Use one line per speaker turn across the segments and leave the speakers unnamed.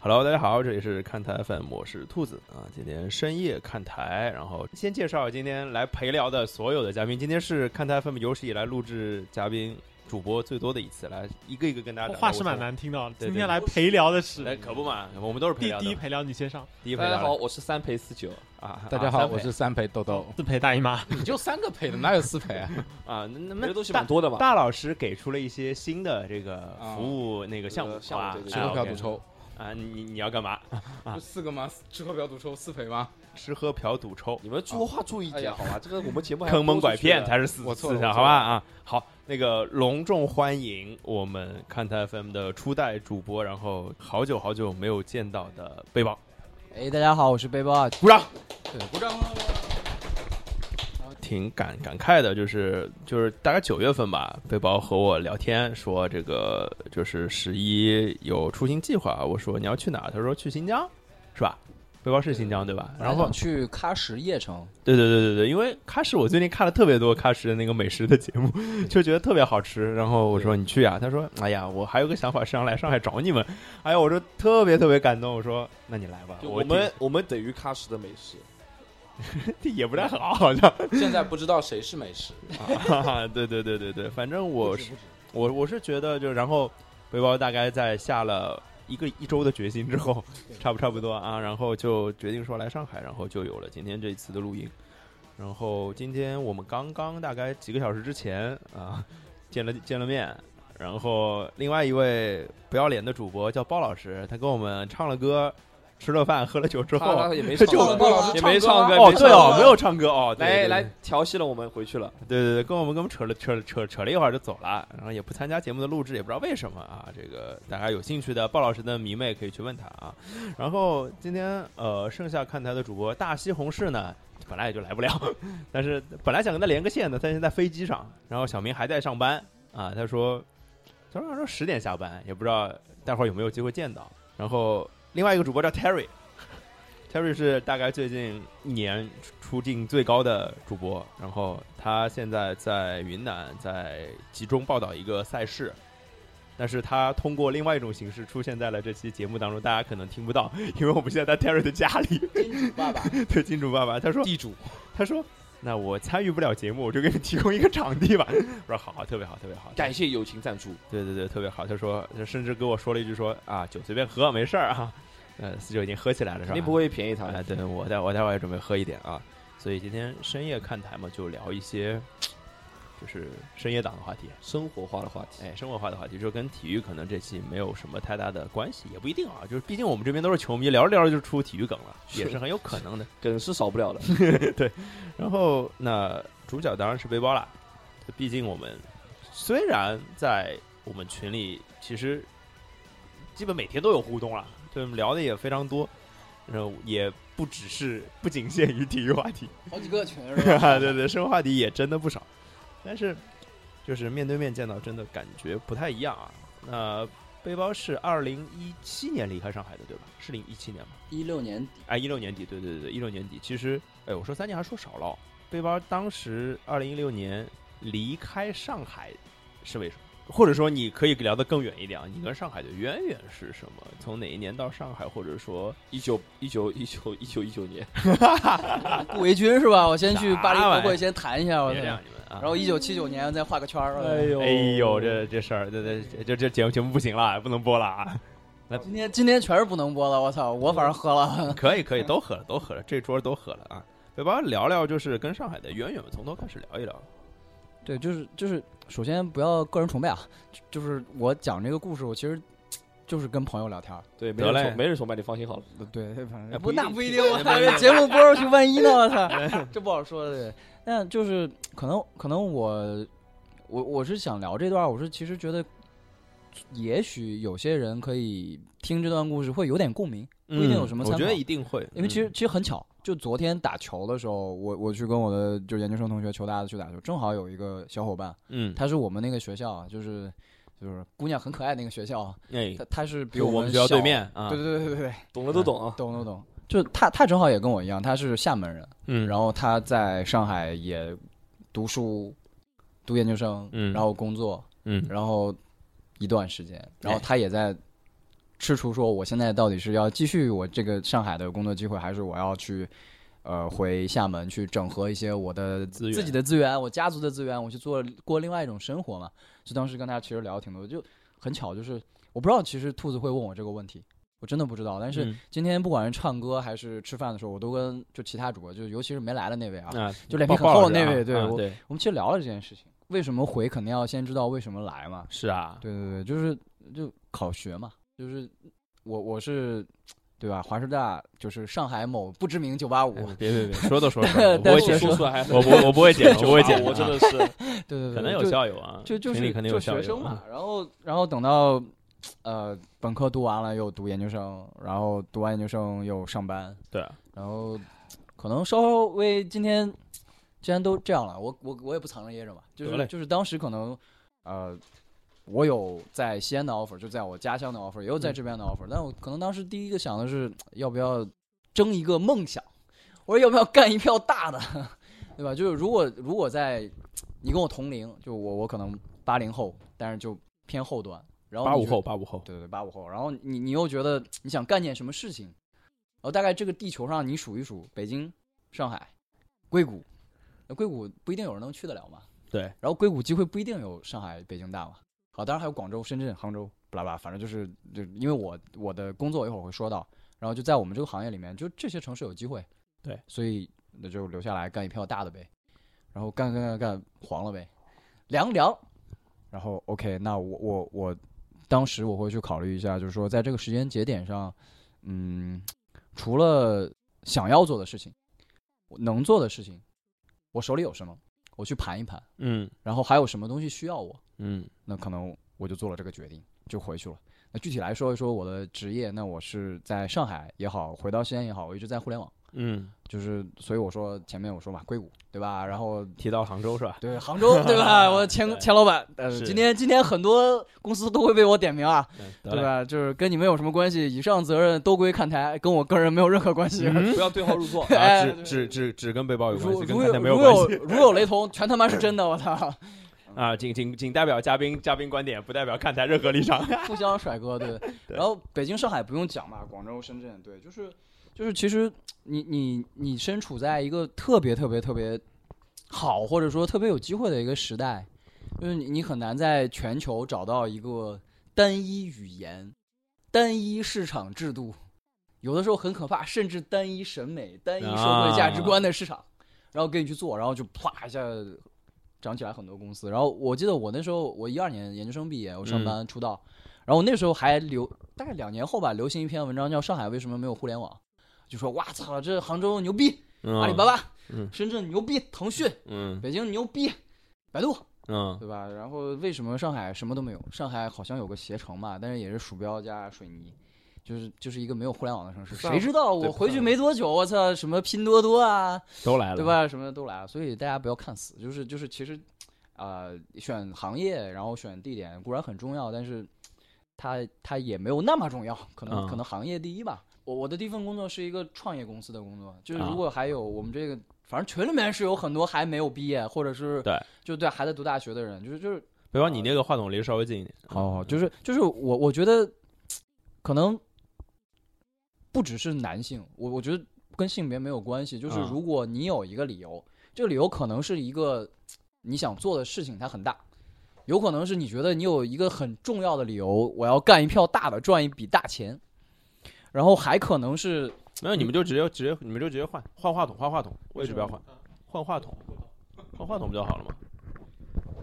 Hello，大家好，这里是看台 FM，我是兔子啊。今天深夜看台，然后先介绍今天来陪聊的所有的嘉宾。今天是看台 FM 有史以来录制嘉宾主播最多的一次，来一个一个跟大家打招呼。
话是蛮难听的。啊
对对
今天来陪聊的
来，
是
可不嘛，我们都是陪
第
聊的
第一陪聊，你先上，。
第一陪
大
聊
家
的
好，我是三陪四九。
啊。
大家
啊
好，
三陪
我是三陪豆豆
自陪大姨 妈。
你就三个陪的，哪有四 陪啊？
啊，那
这
那
个东西
大
蛮多的嘛。
大老师给出了一些新的这个服务那个项目
这个项目
啊
对对
吃
对
啊
喝嫖
OK
赌抽，
啊，你你要干嘛？
啊
啊
不四个吗？吃喝嫖赌抽四陪吗？
吃喝嫖赌抽，
你们说话注意一
哎
点，
呀
好吧？这个我们节目还要
啊坑蒙拐骗
播出去的
才是四
我错了
四项，
我
好
错了
吧啊，好，那个隆重欢迎我们看台 FM 的初代主播，然后好久好久没有见到的背包，
哎，大家好，我是背包啊。
鼓掌。
对，鼓掌啊！
挺感感慨的，就是就是大概九月份吧，背包和我聊天说这个就是十一有出行计划，我说你要去哪儿？他说去新疆，是吧？背包是新疆对吧？然后
想去喀什叶城，
对对对对对，因为喀什我最近看了特别多喀什的那个美食的节目， 就觉得特别好吃。然后我说你去啊，他说哎呀，我还有个想法是想来上海找你们。哎呀，我说特别特别感动，我说那你来吧，
就
我
我们我们等于喀什的美 食，
挺 也不太好，好像。
现在不知道谁是美食，
啊， 对对对对对，反正我是我我是觉得就是，然后背包大概在下了一个一周的决心之后， 差不差不多啊，然后就决定说来上海，然后就有了今天这一次的录音。然后今天我们刚刚大概几个小时之前啊，见了见了面。然后另外一位不要脸的主播叫包老师，他跟我们唱了歌，吃了饭，喝了酒之后，
他也没
这
唱
就
歌，
鲍老
也
师
没
唱
唱
歌
歌，也
哦
没
对
唱
哦，
歌
没有唱歌哦，对
来
对对
来调戏了我们，回去了。
对对对，跟我们跟我们扯了扯了扯扯了一会儿就走了，然后也不参加节目的录制，也不知道为什么啊。这个大家有兴趣的鲍老师的迷妹可以去问他啊。然后今天呃，剩下看台的主播大西红柿呢，本来也就来不了， 但是本来想跟他连个线的，但是在飞机上，然后小明还在上班啊，他说他说他说十点下班，也不知道待会儿有没有机会见到。然后另外一个主播叫 Terry。Terry 是大概最近一年出镜最高的主播，然后他现在在云南在集中报道一个赛事，但是他通过另外一种形式出现在了这期节目当中，大家可能听不到，因为我们现在在 Terry 的家里，
金主 爸爸，
对金主爸爸，他说
地主，
他说那我参与不了节目，我就给你提供一个场地吧，我说好好，特别好，特别好，
感谢友情赞助，
对对对，特别好，他说甚至跟我说了一句说啊酒随便喝没事儿啊，呃四九已经喝起来了是
肯
吧？
定不会便宜他
哎，
的。
对我待我待会儿也准备喝一点啊，所以今天深夜看台嘛，就聊一些就是深夜党的话题，
生活化的话题，
哎，生活化的话题，就跟体育可能这期没有什么太大的关系，也不一定啊，就是毕竟我们这边都是球迷，聊着聊着就出体育梗了，也是很有可能的。
梗是少不了的。
然后那主角当然是背包啦，毕竟我们虽然在我们群里其实基本每天都有互动啦，对，聊的也非常多，然后也不只是不仅限于体育话题。
好几个群
对对，生活话题也真的不少，但是就是面对面见到，真的感觉不太一样啊。那背包是二零一七年离开上海的，对吧？是零一七年吗？
一六年底，
哎，一六年底，对对对，一六年底。其实，哎，我说三年还说少了哦。背包当时二零一六年离开上海是为什么？或者说，你可以聊得更远一点啊，你跟上海的渊源是什么？从哪一年到上海，或者说
一九一九一九一九一九年，
顾维钧是吧？我先去
啥
巴黎
玩
奥
意
运会先谈一下，我
别
操
这样你们啊
然。后一九七九年再画个圈儿。我操
呦
哎呦，这这事儿，这这这这节目节目不行了，不能播了啊！
今天今天全是不能播了，我操！我反正喝了，
可以可以，都喝了都喝了，这桌都喝了啊！对吧？聊聊就是跟上海的渊源，从头开始聊一聊。
对，就是就是，首先不要个人崇拜啊，就就是我讲这个故事，我其实就是跟朋友聊天儿。
对，没
得
人
嘞
崇没人崇拜你，放心好了。
对，反
哎
正
不一
那
定
不一定，我操！这节目播出去，万一呢？我操，这不好说的。但就是可能可能我我我是想聊这段，我是其实觉得，也许有些人可以听这段故事会有点共鸣，不一定有什么
我
参
觉
考
得一定会，
因为其
嗯
实其实很巧，就昨天打球的时候，我我去跟我的就研究生同学球搭子去打球，正好有一个小伙伴，
嗯，
他是我们那个学校啊，就是就是姑娘很可爱那个学校，啊
哎，
她她是比
就我
们
学校对
小，
面啊
对，对对对对，
懂了都懂啊。
懂懂懂，就她她正好也跟我一样，她是厦门人，
嗯，
然后她在上海也读书，读研究生，
嗯
然后工作，
嗯哎
然后一段时间，然后他也在试图说，我现在到底是要继续我这个上海的工作机会，还是我要去呃回厦门去整合一些我的
资源
自己的资源，我家族的资源，我去做过另外一种生活嘛。就当时跟他其实聊挺多，就很巧，就是我不知道其实兔子会问我这个问题。我真的不知道，但是
嗯
今天不管是唱歌还是吃饭的时候，我都跟就其他主播，就尤其是没来的那位啊，
啊，
就脸
鲍
皮很
鲍老
厚
师
那
啊
位，对
啊
我
对，
我们其实聊了这件事情，为什么回肯定要先知道为什么来嘛？
是啊，
对对对，就是就考学嘛，就是我我是对吧？华师大就是上海某不知名九八五，
哎别别 别，说都说出来，我
但
不会
是
解释，
说出来还
我不 我不会解释，我不会解
剪，
释，
我真
啊
的是
对对对，
可能有
就
校友啊，
就就
群里
是
肯定有
就
校友啊
学生嘛，，然后然后等到呃本科读完了又读研究生，然后读完研究生又上班，
对，啊
然后可能稍微今天既然都这样了，我我我也不藏着掖着嘛，就
得嘞
是就是当时可能呃，我有在西安的 offer，就在我家乡的 offer，也有
嗯
在这边的 offer，、但我可能当时第一个想的是要不要争一个梦想， 我说要不要干一票大的， 对吧？就是如果如果在你跟我同龄，就我我可能八零后，但是就偏后端，然后
八
你
五
就
后，八五后，
对对，八五后。然后你你又觉得你想干点什么事情，然后大概这个地球上你数一数，北京、上海、硅谷，那硅谷不一定有人能去得了嘛。
对
然后硅谷机会不一定有上海、北京大嘛。好，当然还有广州、深圳、杭州，巴拉巴拉，反正就是就因为我我的工作一会儿会说到，然后就在我们这个行业里面，就这些城市有机会。
对，
所以那就留下来干一票大的呗，然后干干干干黄了呗，凉凉。然后 OK，那我我我当时我会去考虑一下，就是说在这个时间节点上，嗯，除了想要做的事情，我能做的事情，我手里有什么，我去盘一盘，
嗯
然后还有什么东西需要我，
嗯
那可能我就做了这个决定，就回去了。那具体来说一说我的职业，那我是在上海也好，回到西安也好，我一直在互联网，
嗯，
就是所以我说前面我说嘛，硅谷对吧？然后
提到杭州是吧？
对杭州对吧？我
对
前前老板，呃，
是
今天今天很多公司都会被我点名啊，
嗯得
对
嘞
吧？就是跟你们有什么关系？以上责任都归看台，跟我个人没有任何关系。。
嗯
不要对号入座
哎
啊，只只只只跟背包有关
如
系，跟
如
刚
有
才没
如
关
有
系
如有雷同，全他妈是真的！我操，嗯
啊！仅仅仅代表嘉宾嘉宾观点，不代表看台任何立场。
互相甩锅，对。
对
然后北京、上海不用讲嘛，广州、深圳，对，就是就是，其实你你你身处在一个特别特别特别好，或者说特别有机会的一个时代，就是你你很难在全球找到一个单一语言、单一市场制度，有的时候很可怕，甚至单一审美、单一社会价值观的市场，然后给你去做，然后就啪一下涨起来很多公司。然后我记得我那时候我一二年研究生毕业，我
嗯
上班出道，然后我那时候还流大概两年后吧，流行一篇文章叫《上海为什么没有互联网》，就说哇操，这杭州牛逼， 阿
阿
里巴，巴，
嗯
深圳牛逼，腾讯，
嗯
北京牛逼，百度，
嗯
对吧？然后为什么上海什么都没有？上海好像有个携程嘛，但是也是鼠标加水泥，就是就是一个没有互联网的城市。
算
谁知道
对不
我回去
算
没多久，我操，什么拼多多啊，
都来了，
对？吧？什么都来了，所以大家不要看死，就是就是其实，呃，选行业，然后选地点固然很重要，但是它它也没有那么重要，可
嗯
能、可能行业第一吧。我我的第一份工作是一个创业公司的工作，就是
啊
如果还有我们这个，反正群里面是有很多还没有毕业，或者是
对，
就对还在读大学的人，就是就是
背包，你那个话筒离稍微近一点。
哦，就是就是我我觉得可能不只是男性，我我觉得跟性别没有关系。就是
嗯
如果你有一个理由，这个理由可能是一个你想做的事情，它很大。有可能是你觉得你有一个很重要的理由，我要干一票大的，赚一笔大钱，然后还可能是
没有，你们就直接直接你们就直接换换话筒，换话筒，位置不要换，换话筒，
嗯
换话筒不就好了吗？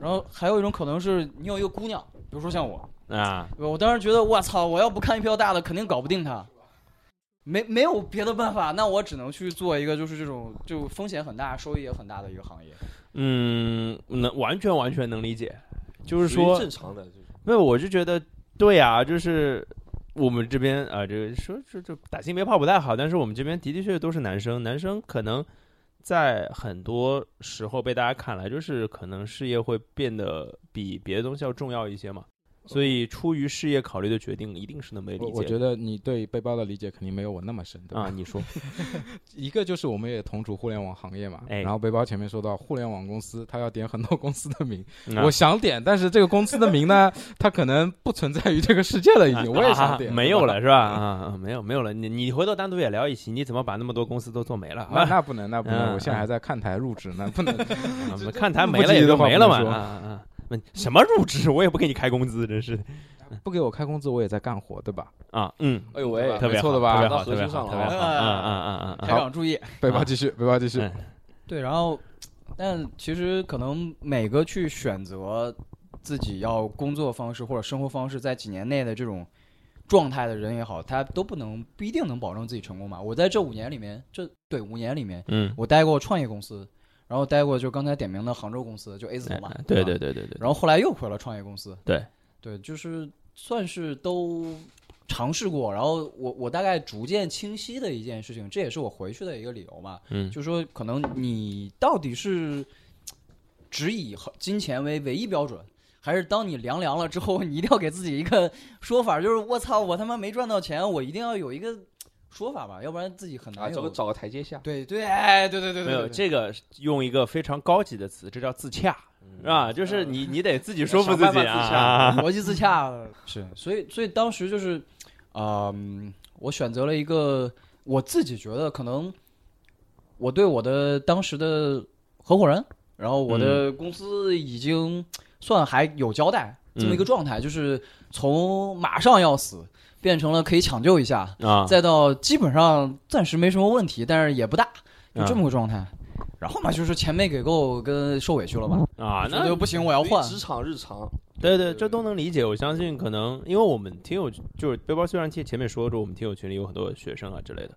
然后还有一种可能是你有一个姑娘，比如说像我，
啊，
我当时觉得我操，我要不看一票大的，肯定搞不定他，没没有别的办法，那我只能去做一个就是这种就风险很大、收益也很大的一个行业。
嗯，能完全完全能理解， 就
就是
说
正常的，就是
没有，我就觉得对啊，就是我们这边啊、这个说这这打性别炮不太好，但是我们这边的的确确都是男生，男生可能在很多时候被大家看来，就是可能事业会变得比别的东西要重要一些嘛。所以出于事业考虑的决定，一定是能被理
我
解的。
我觉得你对背包的理解肯定没有我那么深，对吧？
啊，你说，
一个就是我们也同处互联网行业嘛，
哎
然后背包前面说到互联网公司，他要点很多公司的名，
嗯
我想点，但是这个公司的名呢， 它可能不存在于这个世界了，已经，我也想点，
啊没有
对吧。
了是吧？啊，没有没有了，你你回头单独也聊一期，你怎么把那么多公司都做没了
那
啊？
那不能，那不能，
嗯
我现在还在看台入职呢， 不能。
我们啊看台没了也就没了嘛
不急的话不能说
啊啊！啊那什么入职，我也不给你开工资，真是的
不给我开工资，我也在干活，对吧？
啊，嗯，
哎呦喂，
啊
特别
没错
好
的吧
特别
到
好，特
核
别
心上
好，
了
特别好，
啊
啊啊
嗯
啊啊
台长注意。
背包继续，背包继续
嗯。
对，然后，但其实可能每个去选择自己要工作方式或者生活方式，在几年内的这种状态的人也好，他都不能不一定能保证自己成功吧。我在这五年里面，这对五年里面，
嗯，
我待过创业公司，然后待过就刚才点名的杭州公司，就 A 字头嘛，
哎对
吧
对对对对，
然后后来又回了创业公司。
对
对，就是算是都尝试过。然后我我大概逐渐清晰的一件事情，这也是我回去的一个理由嘛。
嗯
就说可能你到底是只以金钱为唯一标准。还是当你凉凉了之后，你一定要给自己一个说法，就是我操，我他妈没赚到钱，我一定要有一个说法吧，要不然自己很
啊，
难
找
有。
个找个台阶下，
对对，哎，对对对
没
对
有
对，
这个是用一个非常高级的词，这叫自洽，
嗯
是吧？就是你你得自己说服
想
自
办
己
法自洽
啊，
逻辑自洽是，所以所以当时就是，嗯，我选择了一个我自己觉得可能我对我的当时的合伙人，然后我的公司已经算还有交代、这么一个状态，就是从马上要死变成了可以抢救一下，
啊，
再到基本上暂时没什么问题，但是也不大，就这
啊
么个状态。然后嘛，就是钱没给够，跟受委屈了吧？
啊，
觉
那
得不行，我要换。
职场日常，
对对，
对
这都能理解。我相信，可能因为我们听友就是背包虽然前前面说着我们听友群里有很多学生啊之类的，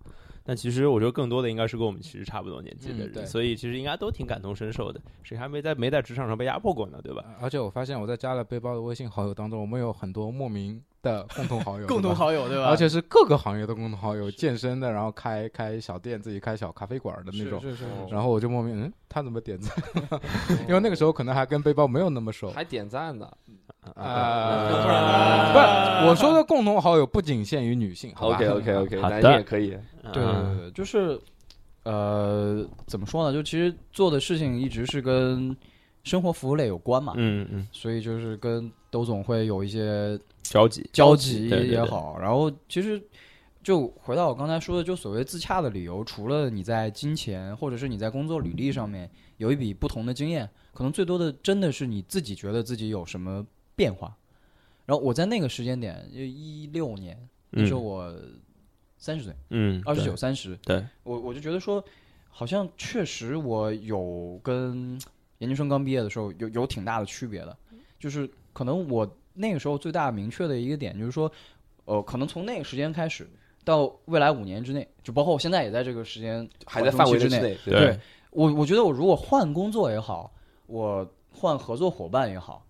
但其实我觉得更多的应该是跟我们其实差不多年纪的
嗯
人，
对
所以其实应该都挺感同身受的。谁还没在没在职场上被压迫过呢？对吧？
呃而且我发现我在加了背包的微信好友当中，我们有很多莫名的共同 好友，
共同
对吧。
好友对吧？
而且是各个行业的共同好友，健身的，然后开开小店，自己开小咖啡馆的那种。
是是
哦
然后我就莫名，嗯，他怎 么点赞？因为那个时候可能还跟背包没有那么熟。
嗯还点赞呢，
啊，
不然呢
不是，我说的共同好友不仅限于女性，好吧
OK OK OK，
好的
男性嗯也可以，
啊
啊
对对对，对，就是呃，怎么说呢？就其实做的事情一直是跟生活服务类有关嘛，
嗯嗯，
所以就是跟都总会有一些
交集，
交集
对对对
也好。然后其实就回到我刚才说的，就所谓自洽的理由，除了你在金钱或者是你在工作履历上面有一笔不同的经验，可能最多的真的是你自己觉得自己有什么变化。然后我在那个时间点，就一六年，那时候
嗯
我三十岁，
嗯，
二十九三十，
对，
我我就觉得说，好像确实我有跟研究生刚毕业的时候有有挺大的区别的，就是可能我那个时候最大明确的一个点就是说，呃，可能从那个时间开始到未来五年之内，就包括我现在也在这个时间
还在范围
之
内之，内，
对
对我我觉得我如果换工作也好，我换合作伙伴也好，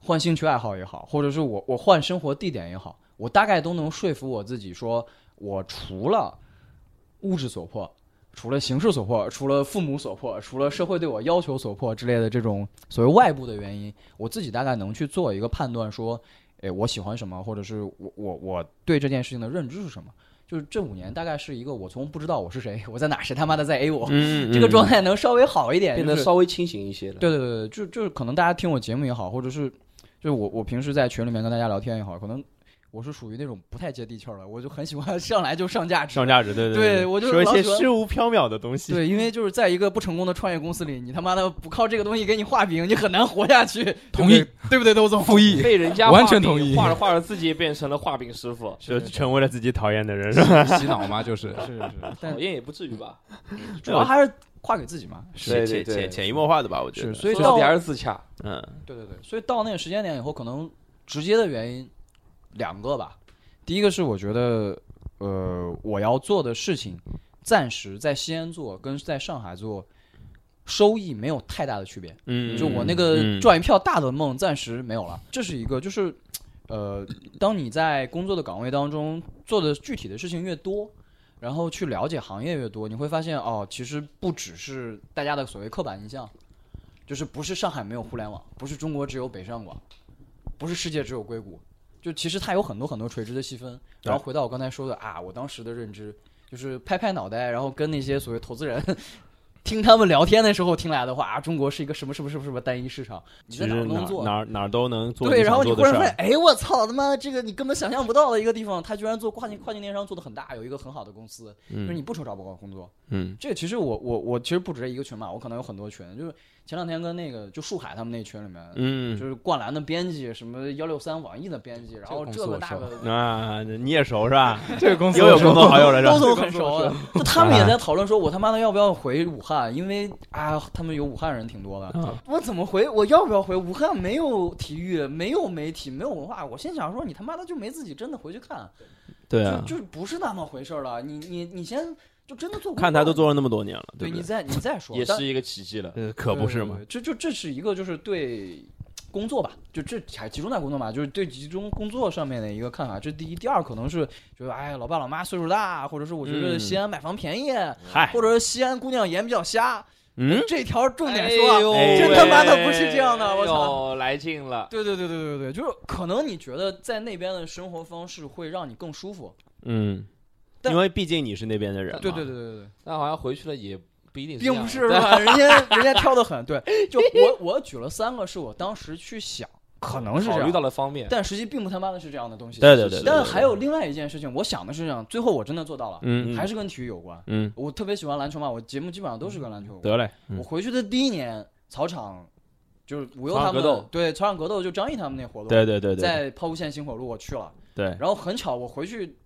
换兴趣爱好也好，或者是我我换生活地点也好，我大概都能说服我自己说，我除了物质所迫。除了形势所迫，除了父母所迫，除了社会对我要求所迫之类的这种所谓外部的原因，我自己大概能去做一个判断，说，诶，我喜欢什么，或者是我我我对这件事情的认知是什么？就是这五年大概是一个我从不知道我是谁，我在哪，谁他妈的在 A 我，
嗯
这个状态能稍微好一点，
变
就
得
是
稍微清醒一些了。
对对对，对就就是可能大家听我节目也好，或者是就是我我平时在群里面跟大家聊天也好，可能我是属于那种不太接地气儿的，我就很喜欢 上来就上价值。
上价值，对对
对我就是
说一
老
些
喜欢
虚无缥缈的东西，
对，因为就是在一个不成功的创业公司里，你他妈的不靠这个东西给你画饼，你很难活下去。
同意
对不对，对不对，窦 总？
复议。
被人家
完全
画饼
同意
画着画着自己也变成了画饼师傅，
就成为了自己讨厌的 人，是吧？
洗脑嘛，就是。
是是，但
讨厌也不至于吧？
主要还是夸给自己嘛。
对
潜
对
潜
对
潜潜移默化的吧，我觉
是，
得，
所以
说到
到
底还是自洽，
嗯
对对对，所以到那个时间点以后，可能直接的原因两个吧。第一个是我觉得，呃，我要做的事情，暂时在西安做跟在上海做，收益没有太大的区别。
嗯，
就我那
嗯
个赚一票大的梦，暂时没有了。这是一个，就是，呃，当你在工作的岗位当中做的具体的事情越多，然后去了解行业越多，你会发现哦，其实不只是大家的所谓刻板印象，就是不是上海没有互联网，不是中国只有北上广，不是世界只有硅谷，就其实它有很多很多垂直的细分。然后回到我刚才说的啊，我当时的认知就是拍拍脑袋，然后跟那些所谓投资人 听他们聊天的时候听来的话啊，中国是一个什么什么什么什么单一市场，你
其
在
实
哪儿都能
哪
做。
哪儿哪儿都能做
对，然后
你
你
想
忽
做的
然
事
发
儿，，
现哎，我操他妈，这个你根本想象不到的一个地方，他居然做跨境跨境电商做的很大，有一个很好的公司，就是你
嗯
不愁找不到工作。
嗯
这个其实我我我其实不止这一个群嘛，我可能有很多群，就是前两天跟那个就树海他们那群里面，就
嗯，
是灌篮的编辑，什么幺六三网易的编辑，然后
这
这
个
个
公司
那
我 熟
个。
啊，你也熟是 吧？
这个公司
又有共同好友了是
都
吧？
是我很熟的，就他
啊
们也在讨论说，我他妈的要不要回武汉？因为啊，他们有武汉人挺多的，
嗯
我怎么回？我要不要回武汉？没有体育，没有媒体，没有文化。我心想说，你他妈的就没自己真的回去看，
对
就
啊，
就是不是那么回事儿了。你你你先就真的做，
看他都，做了那么多年了，
对
不
你
对？
再你再说，
也
但
是一个奇迹了。
呃，可不是嘛
对，。这就这是一个就是对工作吧，就这还集中在工作嘛，就是对集中工作上面的一个看法。这第一，第二可能是觉得哎，老爸老妈岁数大，或者是我觉得
嗯
西安买房便宜，
嗨，
或者是西安姑娘眼比较瞎，
嗯，
这条重点说啊。
呦
哎
真他妈的不是这样的我操
哎呦！来劲了，
对对对对对对，就是可能你觉得在那边的生活方式会让你更舒服。
嗯，
但
因为毕竟你是那边的人嘛，
对对对对对。
但好像回去了也不一定这
并
样，
不是吧？人 家人家挑的很，对，就我我举了三个是我当时去想，可能是这
考虑
样
到，了方面。
但实际并不他妈的是这样的东西。
对对对对
但
对
还有另外一件事情，我想的是这样，最后我真的做到了，
嗯嗯
还是跟体育有关。
嗯，
我特别喜欢篮球嘛，我节目基本上都是跟篮球有关。
得嘞，
我
嗯
回去的第一年，草场就是吴优
草场
他们
格斗
对草场格斗，就张毅他们那活动，
对对对对
在抛物线星火路我去了，
对，
然后很巧我回去。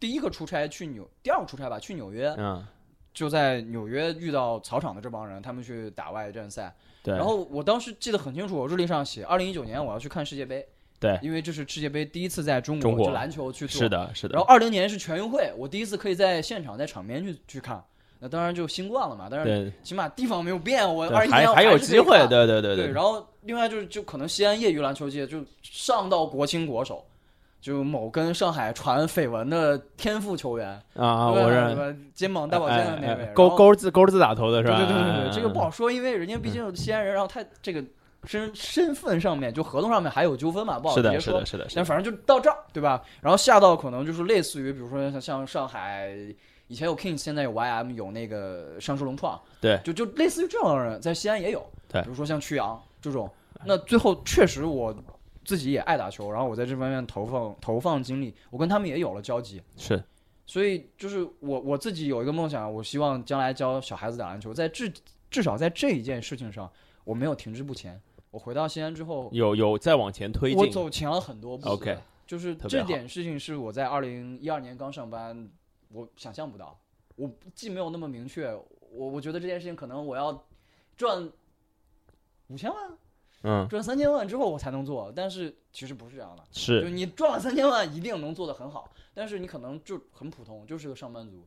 第一个出差去纽，第二个出差吧去纽约，
嗯，
就在纽约遇到草场的这帮人，他们去打外战赛，
对，
然后我当时记得很清楚，我日历上写，二零一九年我要去看世界杯，
对
因为这是世界杯第一次在中
哎中
国
国
就篮球去做，
是。的，是
然后
的，
二零年是全运会，我第一次可以在现场在场边去去看，那当然就新冠了嘛，但是
对，
起码地方没有变，我
对
二一
还
年我
还有
是
机
可以
会，
看
对对对
对然后另外就是就可能西安业余篮球界就上到国青国手。就某跟上海传绯闻的天赋球员
啊，
对吧
我认
对吧肩膀大宝剑的那
哎哎
位，
哎
然
勾
后
勾字勾字打头的是
对
吧？
对对对对，这个不
嗯
好说，因为人家毕竟是西安人，然后他这个身身份上面就合同上面还有纠纷嘛，不好
是
直
的，
接
是
说
的，。是的，是
但
的，
反正就到这儿，对吧？然后下到可能就是类似于，比如说像像上海以前有 King，现在有 YM，有那个上市融创，
对
就就类似于这样的人，在西安也有，
对
比如说像曲阳这种。那最后确实我自己也爱打球，然后我在这方面投放投放精力，我跟他们也有了交集，
是
所以就是我我自己有一个梦想，我希望将来教小孩子打篮球，在至至少在这一件事情上，我没有停滞不前。我回到西安之后，
有有再往前推
我
进，
走前了很多步。
OK
就是
特别
这
好
点事情是我在二零一二年刚上班，我想象不到，我既没有那么明确，我我觉得这件事情可能我要赚五千万、
嗯，
赚三千万之后我才能做，但是其实不是这样的。就是你赚了三千万，一定能做得很好，但是你可能就很普通，就是个上班族，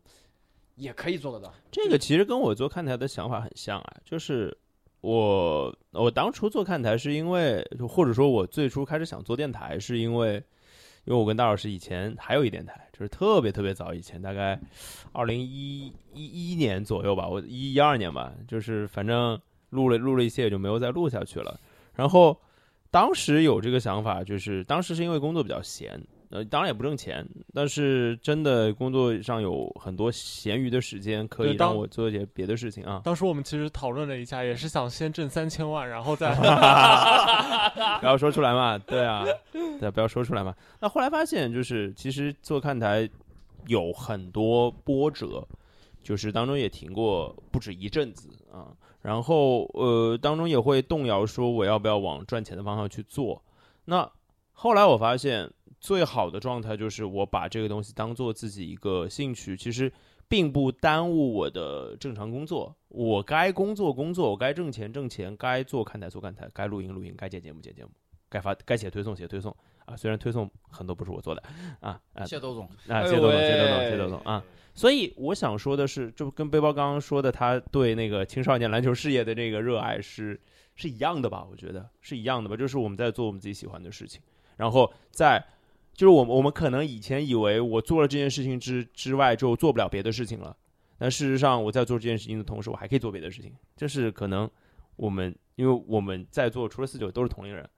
也可以做得到。
这个其实跟我做看台的想法很像啊，就是。我我当初做看台是因为，或者说我最初开始想做电台是因为，因为我跟大老师以前还有一电台，就是特别特别早以前，大概二零一一一年左右吧，我一一二年吧，就是反正录了录了一些，也就没有再录下去了。然后当时有这个想法，就是当时是因为工作比较闲，呃，当然也不挣钱，但是真的工作上有很多闲余的时间，可以
对当
让我做一些别的事情啊。
当时我们其实讨论了一下，也是想先挣三千万，然后再
不要说出来嘛，对啊，对啊，不要说出来嘛。那后来发现，就是其实做看台有很多波折，就是当中也停过不止一阵子啊。然后呃，当中也会动摇，说我要不要往赚钱的方向去做。那后来我发现，最好的状态就是我把这个东西当做自己一个兴趣，其实并不耽误我的正常工作。我该工作工作，我该挣钱挣钱，该做看台做看台，该录音录音，该剪节目剪节目，该发该写推送写推送啊。虽然推送很多不是我做的啊啊
谢豆总，
啊，
哎
谢总
喂
谢总谢总啊。所以我想说的是，就跟背包刚刚说的，他对那个青少年篮球事业的这个热爱是是一样的吧？我觉得是一样的吧，就是我们在做我们自己喜欢的事情，然后在就是我们我们可能以前以为我做了这件事情之之外就做不了别的事情了，但事实上我在做这件事情的同时，我还可以做别的事情，这是可能我们因为我们在座除了四九都是同龄人，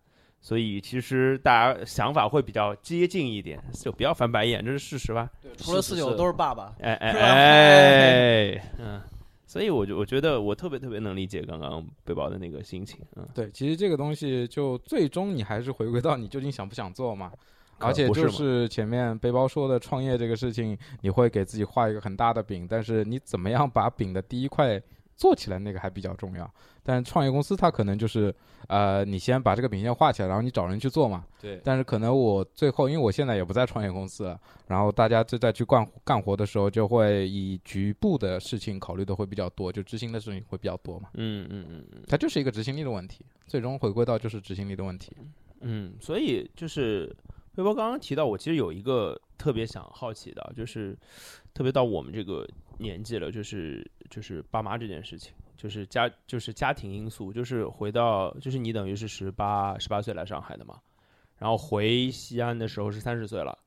所以其实大家想法会比较接近一点，就不要翻白眼，这是事实吧？
除了四九都是爸爸，
哎哎
是吧
哎，嗯，所以我就我觉得我特别特别能理解刚刚背包的那个心情，嗯，
对，其实这个东西就最终你还是回归到你究竟想不想做嘛。
可
而且
不是
就
吗
是前面背包说的创业这个事情，你会给自己画一个很大的饼，但是你怎么样把饼的第一块做起来，那个还比较重要。但创业公司它可能就是，呃，你先把这个饼先画起来，然后你找人去做嘛。
对，
但是可能我最后，因为我现在也不在创业公司了，然后大家就在去干干活的时候，就会以局部的事情考虑的会比较多，就执行的事情会比较多嘛。
嗯嗯嗯嗯
它就是一个执行力的问题，最终回归到就是执行力的问题。
嗯，所以就是背包刚刚提到，我其实有一个特别想好奇的，啊就是特别到我们这个年纪了，就是就是爸妈这件事情。就是家就是家庭因素，就是回到就是你等于是十八十八岁来上海的嘛，然后回西安的时候是三十岁了。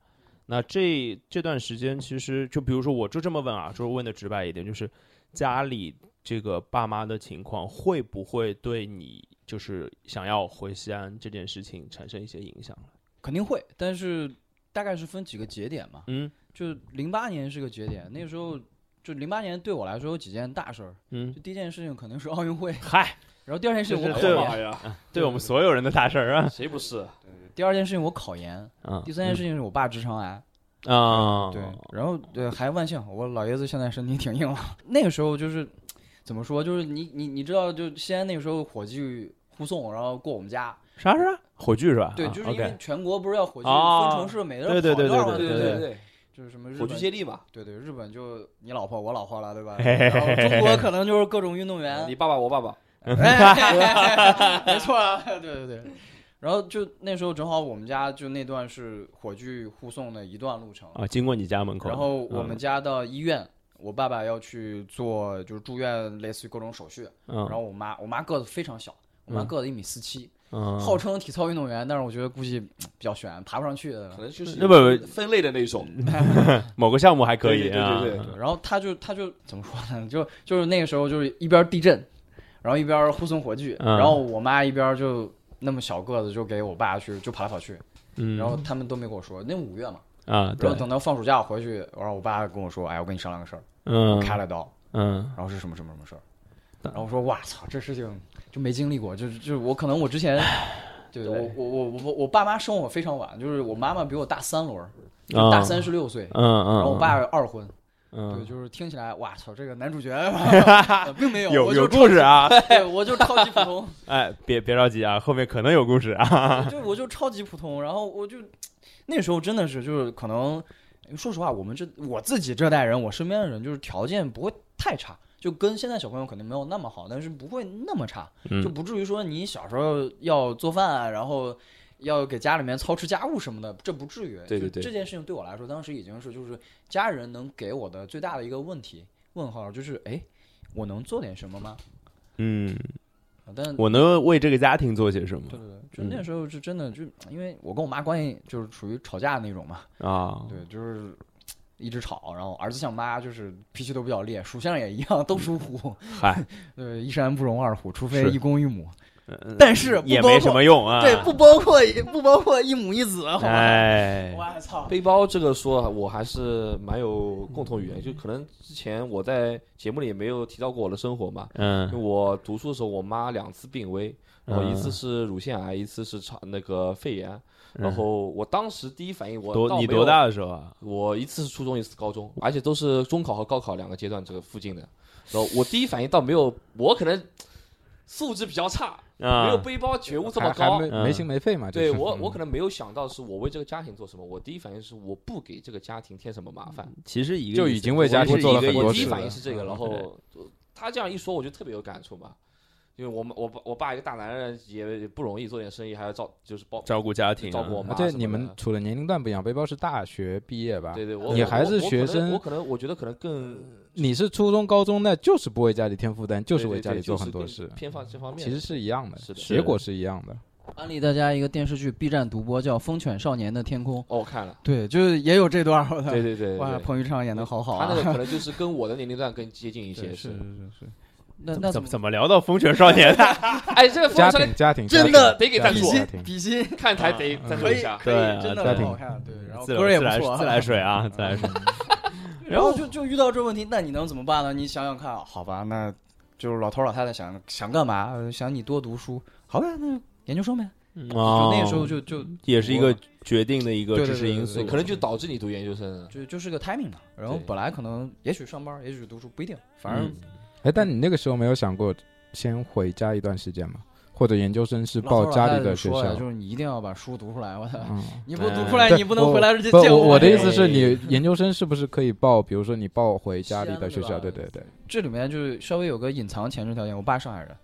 那这这段时间，其实就比如说，我就这么问啊，就是问的直白一点，就是家里这个爸妈的情况会不会对你就是想要回西安这件事情产生一些影响？
肯定会，但是大概是分几个节点嘛。
嗯
就零八年是个节点，那个时候就零八年对我来说有几件大事儿。
嗯
就，第一件事情肯定是奥运会，
嗨，
然后第二件事情我
哎
考
对
研，
呀，
对我们所有人的大事儿啊，
啊谁不是？
第二件事情我考研，
嗯，
第三件事情是我爸直肠癌。
情啊，
嗯对，然后对还万幸，我老爷子现在身体挺硬朗。 那个时候就是怎么说，就是你你你知道，就西安那个时候火炬护送，然后过我们家，
啥事儿？火炬是吧？
对，
啊
就是因
OK
为全国不是要火炬
哦
分城市，每个人
对对
跑一段嘛
对
对
对
对，
对，
就是什么日
火炬
本
接力嘛，
对对，日本就你老婆我老婆了，对吧？
嘿嘿
然后中国可能就是各种运动员
啊
你，爸爸我爸爸，
哎，没错啊，对对对。然后就那时候正好我们家就那段是火炬护送的一段路程，
啊，经过你家门口，
然后我们
嗯
家到医院，我爸爸要去做就是住院，类似于各种手续。然
嗯
后我妈，我妈个子非常小，我妈
嗯
个子一米四七，
嗯，
号称体操运动员，但是我觉得估计嗯比较悬，爬不上去的
可。能就是
那不嗯
分类的那一种，
某个项目还可以
对对
啊，
对对
对然后他就他就怎么说呢？ 就就是那个时候就是一边地震，然后一边护送火炬，
嗯
然后我妈一边就那么小个子就给我爸去就跑来跑去，
嗯，
然后他们都没跟我说。那五月嘛，
啊，
然
对
后，等到放暑假我回去，然后我爸跟我说：“哎，我跟你商量个事儿，我
嗯
开了刀。”
嗯
然后是什么什么什么事儿，
嗯
然后我说哇操，这事情就没经历过，就是就是我可能我之前，对我我我我我爸妈生我非常晚，就是我妈妈比我大三轮儿，就
啊
大三十六岁
嗯，嗯，
然后我爸二婚，对，
嗯
就是听起来哇操，这个男主 角呃并没有，
有
我就
有故事 啊，
超，对，我就超级普通，
哎，别别着急啊，后面可能有故事啊，
就我就超级普通，然后我就那时候真的是就是可能，说实话，我们这我自己这代人，我身边的人就是条件不会太差，就跟现在小朋友肯定没有那么好，但是不会那么差，就
嗯
不至于说你小时候要做饭啊，然后要给家里面操持家务什么的，这不至于。
对
就
对对
这件事情对我来说，当时已经是就是家人能给我的最大的一个问题问号，就是哎，我能做点什么吗？
嗯，
啊但
我能为这个家庭做些什么
对对对，就
嗯
那时候是真的，就因为我跟我妈关系就是属于吵架那种嘛，
啊？
对，就是一直吵，然后儿子像妈就是脾气都比较烈，属相也一样，都属虎，
嗯嗨，
对，一山不容二虎，除非
是
一公一母，
嗯
但是不
也
包
没
括
什么用啊，
对，不包括不包括一母一子，好吧？
哎，
我操，
背包这个说，我还是蛮有共同语言，就可能之前我在节目里也没有提到过我的生活嘛。因为
嗯
我读书的时候，我妈两次病危，然后一次
嗯
是乳腺癌，一次是肠那个肺炎。然
嗯
后我当时第一反应，我
多
倒
你
没
多
有
大的时候啊？
我一次是初中，一次高中，而且都是中考和高考两个阶段这个附近的。然后我第一反应倒没有，我可能素质比较差，没有
啊，
背包觉悟这
还
么
还
高。
没
嗯
没心没肺嘛？
对
就是嗯
我，我可能没有想到是我为这个家庭做什么。我第一反应是我不给这个家庭添什么麻烦，
其实一个
就
意
已
思
经为家
我
庭
是
做了
一
很
个
多
我
意
第
思
一
事嗯
反
了
应是这个，然后他这样一说，我就特别有感触嘛。因为我们我爸我爸一个大男人也也不容易，做点生意还要照就是包
照顾家庭啊，
照顾我
啊
妈。
对你们处的年龄段不一样，背包是大学毕业吧？
对对，我
你
我
还是
我可
学
能
生
我可能我觉得可能更
你是初中、高中，那就是不为家里添负担，就是
对
为
对
家
对
里
就
做
是
很多
更
事，
偏放这方面
其
的
实是一样的，
是的
结果是一样的。
安利大家一个电视剧，B 站独播叫《疯犬少年的天空》，
哦，我看了，
对，就是也有这段儿，我操
对，对对对
哇，
对
彭昱畅演的好好
他那
啊
个，可能就是跟我的年龄段更接近一
对
些，
是是是是，那
怎
那
么怎么怎么聊到风犬少年 的？
哎，这个风
家
扇少年
庭家庭
真
家庭
的
得给
家
赞
庭
助，
家庭
比心
看台得赞助一下。
可
对啊
以，真的
家
很
庭
好看，对，然后
自
歌
来
儿也
自
不
来
错啊，
自来水啊，自 来水。
然后就就遇到这问题，那你能怎么办呢？你想想看，哦啊好吧，那就是老头老太太想想干嘛？呃想你多读书，好呗，那研究生呗。
哦
就那个时候就就
也是一个决定的一个
对
支
对
持因素
对，，可能就导致你读研究生。
就就是个 timing 嘛。然后
对
本来可能也许上班，也许读书，不一定，反正
嗯
哎，但你那个时候没有想过先回家一段时间吗？或者研究生是
老头
报
老
家
太
里
太
的
就
学
说了
校？
就是你一定要把书读出来，我操！
嗯，
你不读
哎
出来，
对
你不能回来
不
见见哎
我的意
呀
思是你研究生是不是可以报？比如说你报回家里的学
西
校，
安
对
的
对对，
这里面就是稍微有个隐藏前置条件，我爸上海人，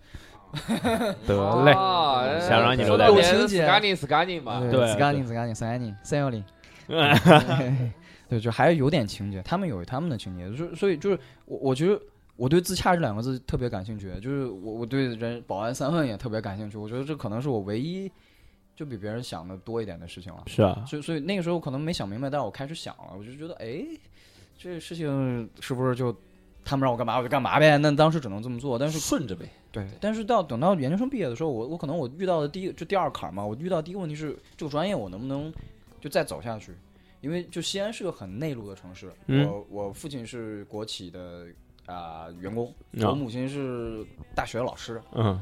嗯
啊
得嘞，
呃
呃
想让你留在
有
这
有情节
s c a n n i n g s c a n n i n g 嘛，
对
斯干宁斯干宁三幺零三幺零， 对，就还是有点情节，他们有他们的情节，就所以就是我我觉得我对自洽这两个字特别感兴趣，就是我我对人保安三问也特别感兴趣，我觉得这可能是我唯一就比别人想的多一点的事情了。
是啊，
所以所以那个时候可能没想明白，但我开始想了，我就觉得，哎，这事情是不是就他们让我干嘛我就干嘛呗？那当时只能这么做，但
就是顺着呗。
对，但是到等到研究生毕业的时候，我我可能我遇到的第一就第二坎儿嘛，我遇到第一个问题是这个专业我能不能就再走下去？因为就西安是个很内陆的城市，
嗯
我我父亲是国企的啊、员工，
啊
我母亲是大学老师，
嗯，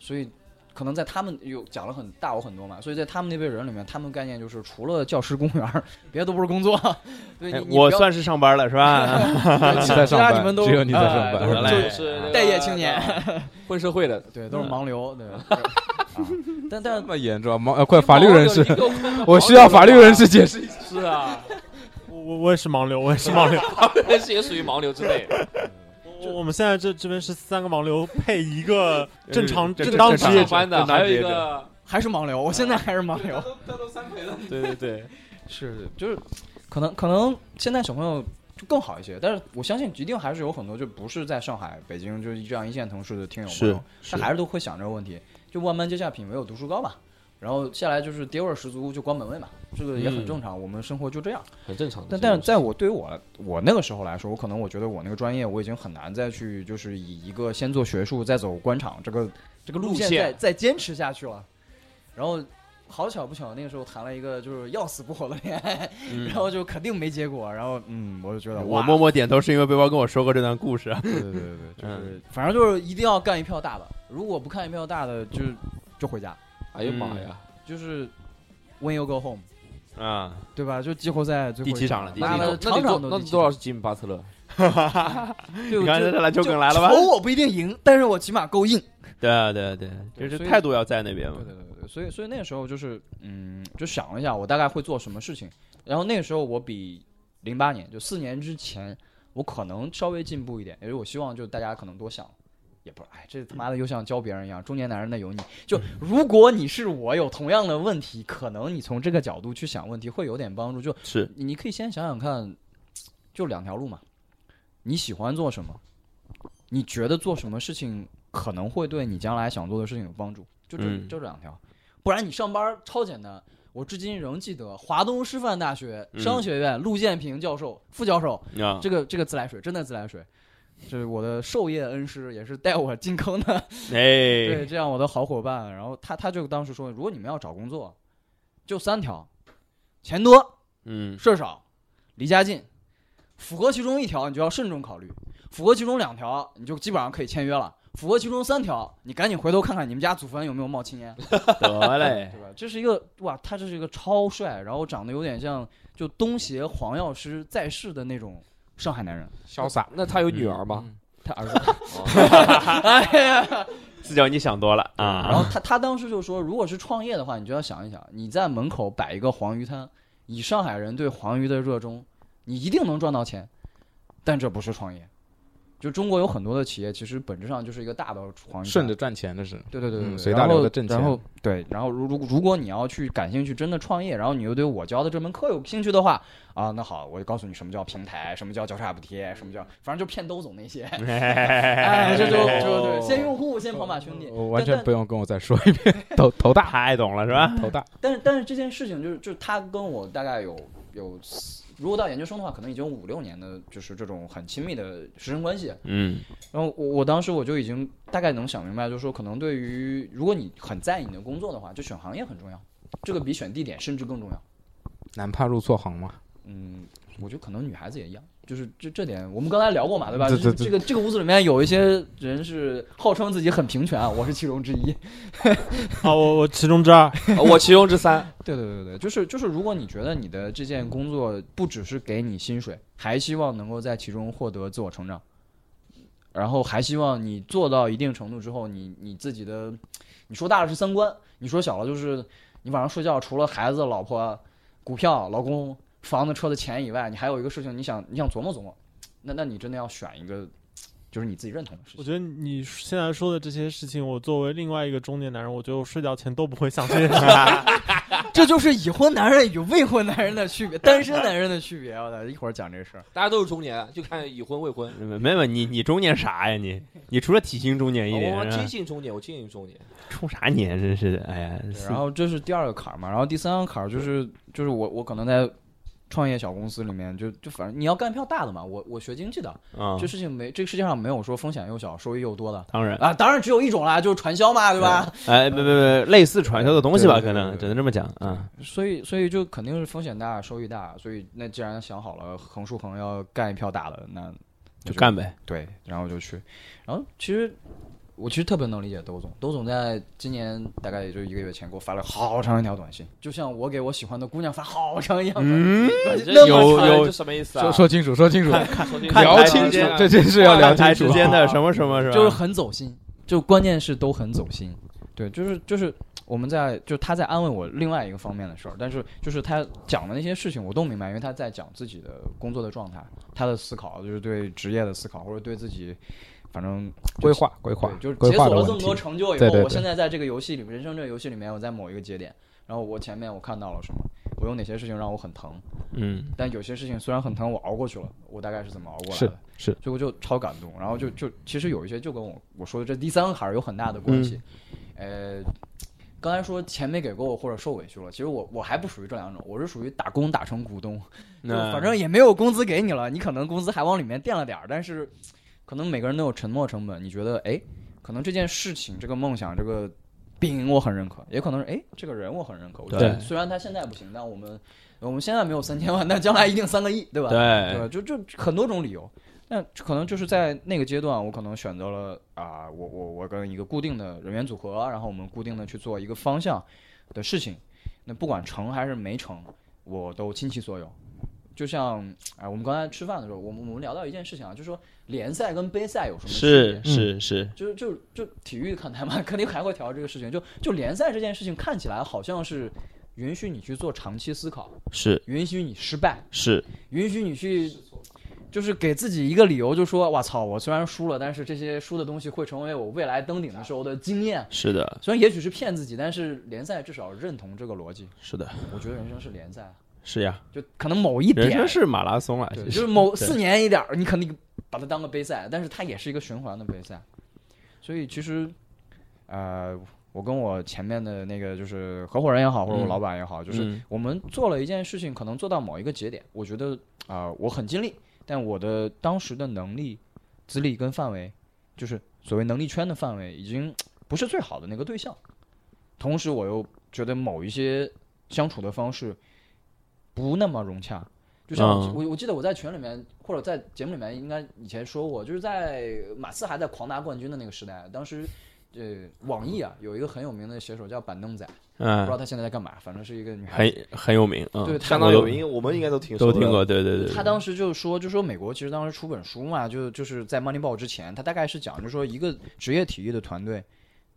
所以可能在他们有讲了很大我很多嘛，所以在他们那辈人里面，他们概念就是除了教师、公务员儿，别的都不是工作。对，
哎
你你
我
不要
算是上班了是 吧？
你在
其
上
他
班，
你们都
只有你在
哎
上
都
班
得
就
是。
嘞
是那个啊
待业青年，
混社会的，
对，都是盲流，对。 啊但但
这么严重吗？呃，快，法律人士，我需要法律人
士。
士解释一下。
是啊，
我我我也是盲流，我也 是盲流。
法律人士也属于盲流之类。
我我们现在这这边是三个盲流配一 个正常
这
正当职
呃正常
业 者，
班的，
正常
还有一
职业
个
还是盲流，我现在还是盲流。
对对对，
是，就是可能可能现在小朋友就更好一些，但是我相信一定还是有很多就不是在上海、北京就是这样一线城市的听友朋友，
是
他还是都会想这个问题，就万般皆下品，唯有读书高嘛。然后下来就是爹味儿十足，就光本位嘛，这个也很正常，我们生活就这样。
很正常的。
但但是在我对于我我那个时候来说，我可能我觉得我那个专业我已经很难再去就是以一个先做学术再走官场这个这个路线
路线
再再坚持下去了。然后好巧不巧，那个时候谈了一个就是要死不活的恋爱，然后就肯定没结果。然后嗯，我就觉得
嗯我
哇
默默点头是因为背包跟我说过这段故事，啊
对对对 对，
嗯
就是反正就是一定要干一票大的，如果不干一票大的就就回家，
哎呀妈呀，
就是 when you go home，
啊，
对吧？就季后赛最后
第七
一
场了第七
妈
场
的，
那
场
你
场
多
都
那
第
你
七
多少
场
是吉姆巴特勒？
对
你看这篮球梗来了吧？
球我不一定赢，但是我起码够硬。
对啊对啊对啊，就
对
是
所以
态度要在那边嘛
对。对对对，所以所以那个时候就是，嗯，就想了一下我大概会做什么事情。然后那个时候我比零八年就四年之前，我可能稍微进步一点，也是我希望就大家可能多想。也不是，哎，这他妈的又像教别人一样，中年男人的油腻。就如果你是我有同样的问题，可能你从这个角度去想问题会有点帮助。就是你你可以先想想看，就两条路嘛，你喜欢做什么？你觉得做什么事情可能会对你将来想做的事情有帮助？就这、
嗯
就这两条，不然你上班儿超简单。我至今仍记得华东师范大学
嗯
商学院陆建平教授、副教授，
啊，
这个这个自来水真的自来水，这是我的授业恩师，也是带我进坑的对，
哎，
这样我的好伙伴，然后他他就当时说，如果你们要找工作，就三条：钱多、
嗯，
事儿少、离家近。符合其中一条，你就要慎重考虑；符合其中两条，你就基本上可以签约了；符合其中三条，你赶紧回头看看你们家祖坟有没有冒青烟，
得嘞，
对吧？这是一个哇，他这是一个超帅，然后长得有点像就东邪黄药师在世的那种上海男人。
潇洒，
那他有女儿吗？
嗯
他儿子
哦
四角你想多了
然后
啊，
他他当时就说，如果是创业的话，你就要想一想，你在门口摆一个黄鱼摊，以上海人对黄鱼的热衷，你一定能赚到钱，但这不是创业。就中国有很多的企业，其实本质上就是一个大的黄鱼摊
顺着赚钱的是。
对对对对
嗯
对，
随
然
大流
后
的挣钱
然后对，然后如如如果你要去感兴趣，真的创业，然后你又对我教的这门课有兴趣的话，啊，那好，我就告诉你什么叫平台，什么叫交叉补贴，什么叫反正就骗兜总那 些， 哎，这就就对，先用户，先跑马圈地，
我完
但
全不用跟我 再说一遍，头头大，
太懂了是吧？
头大，
但是但是这件事情就是就是他跟我大概有有四，如果到研究生的话，可能已经有五六年的，就是这种很亲密的师生关系。
嗯
然后我我当时我就已经大概能想明白，就是说可能对于如果你很在意你的工作的话，就选行业很重要，这个比选地点甚至更重要。
男怕入错行嘛。
嗯，我觉得可能女孩子也一样，就是这这点我们刚才聊过嘛，对吧？
对
就是
对对
这个这个屋子里面有一些人是号称自己很平权啊，我是其中之一。
啊，我我其中之二，
啊我其中之三，
对对对对，就是就是，如果你觉得你的这件工作不只是给你薪水，还希望能够在其中获得自我成长，然后还希望你做到一定程度之后，你你自己的，你说大了是三观，你说小了就是你晚上睡觉除了孩子、老婆、股票、老公、房子、车的钱以外，你还有一个事情你想你想琢磨琢磨，那那你真的要选一个就是你自己认同的事
我觉
情。
得你现在说的这些事情，我作为另外一个中年男人，我觉得我睡觉前都不会想这些事。
这就是已婚男人与未婚男人的区别，单身男人的区别。我操，一会儿讲这事儿。
大家都是中年，啊就看已婚未婚。
没有你你中年啥呀你？你除了体型中年一点
哦我，
是吧
接近中年，我接近中年。
冲啥年真是的，哎呀！
对然后这是第二个坎儿嘛，然后第三个坎儿就是就是我我可能在创业小公司里面就就反正你要干票大的嘛，我我学经济的，
嗯
这，事情没这个世界上没有说风险又小收益又多的
当然，
啊，当然只有一种啦，就是传销嘛，对吧？
哎，不不不，类似传销的东西吧，
对对
可
对
能
对对
只能这么讲啊。
所以所以就肯定是风险大收益大，所以那既然想好了横竖横要干一票大的，那
就干呗，
对，然后就去，然后其实我其实特别能理解兜总，兜总在今年大概也就一个月前给我发了好长一条短信，就像我给我喜欢的姑娘发好长一样短
嗯
信，
你这
那么
有
看
有
这什么意思啊？
说说清楚，说清楚，
说清楚
看
聊
台
清
之
楚
间，啊
这真是要聊清
台
楚
之。间的
啊
什么什么是吧？
就是很走心，就关键是都很走心。对，就是就是我们在就他在安慰我另外一个方面的事儿，但是就是他讲的那些事情我都明白，因为他在讲自己的工作的状态，他的思考就是对职业的思考，或者对自己反正
规划规划
对，就是
规
解
划
锁
的
了
问
这么
题
多。成就以后，
对对对
我现在在这个游戏里面，人生这个游戏里面，我在某一个节点，然后我前面我看到了什么，我有哪些事情让我很疼，
嗯，
但有些事情虽然很疼，我熬过去了，我大概是怎么熬过来的？
是是
所以我就超感动。然后就就其实有一些就跟我我说的这第三个坎儿有很大的关系。呃，刚才说钱没给够或者受委屈了，其实我我还不属于这两种，我是属于打工打成股东，就
那
反正也没有工资给你了，你可能工资还往里面垫了点儿，但是可能每个人都有沉没成本。你觉得哎，可能这件事情、这个梦想、这个饼我很认可，也可能是哎这个人我很认可。我觉
对
得虽然他现在不行，但我们我们现在没有三千万，但将来一定三个亿，对吧？
对，
对，就就很多种理由。那可能就是在那个阶段，我可能选择了啊、我我我跟一个固定的人员组合，然后我们固定的去做一个方向的事情。那不管成还是没成，我都倾其所有。就像哎、我们刚才吃饭的时候，我们我们聊到一件事情啊，就是说联赛跟杯赛有什么区别
是是是，
就是就就体育看台嘛，肯定还会调这个事情。就就联赛这件事情看起来好像是允许你去做长期思考，
是
允许你失败，
是，
允许你去，就是给自己一个理由，就说哇操，我虽然输了，但是这些输的东西会成为我未来登顶的时候的经验。
是的，
虽然也许是骗自己，但是联赛至少认同这个逻辑。
是的，
我觉得人生是联赛，
是呀，
就可能某一
人
点
生，是马拉松啊，
对，
其
就是
实
某
对
四年一点儿，你肯定把它当个杯赛，但是它也是一个循环的杯赛。所以其实，呃，我跟我前面的那个就是合伙人也好，或者我
嗯
老板也好，就是
嗯
我们做了一件事情，可能做到某一个节点，我觉得啊、我很尽力，但我的当时的能力、资历跟范围，就是所谓能力圈的范围，已经不是最好的那个对象。同时，我又觉得某一些相处的方式不那么融洽。就像我、
嗯
我我记得我在群里面或者在节目里面应该以前说过，就是在马刺还在狂拿冠军的那个时代，当时呃网易啊有一个很有名的写手叫板凳仔，不知道
嗯，
他现在在干嘛，反正是一个女孩子。
很很有名，嗯，
对，他
相当有名，我们应该都听
都
说
听
的
过，对对对，
他
对
当时就说，就说美国其实当时出本书嘛，就就是在 Moneyball 之前，他大概是讲，就说一个职业体育的团队，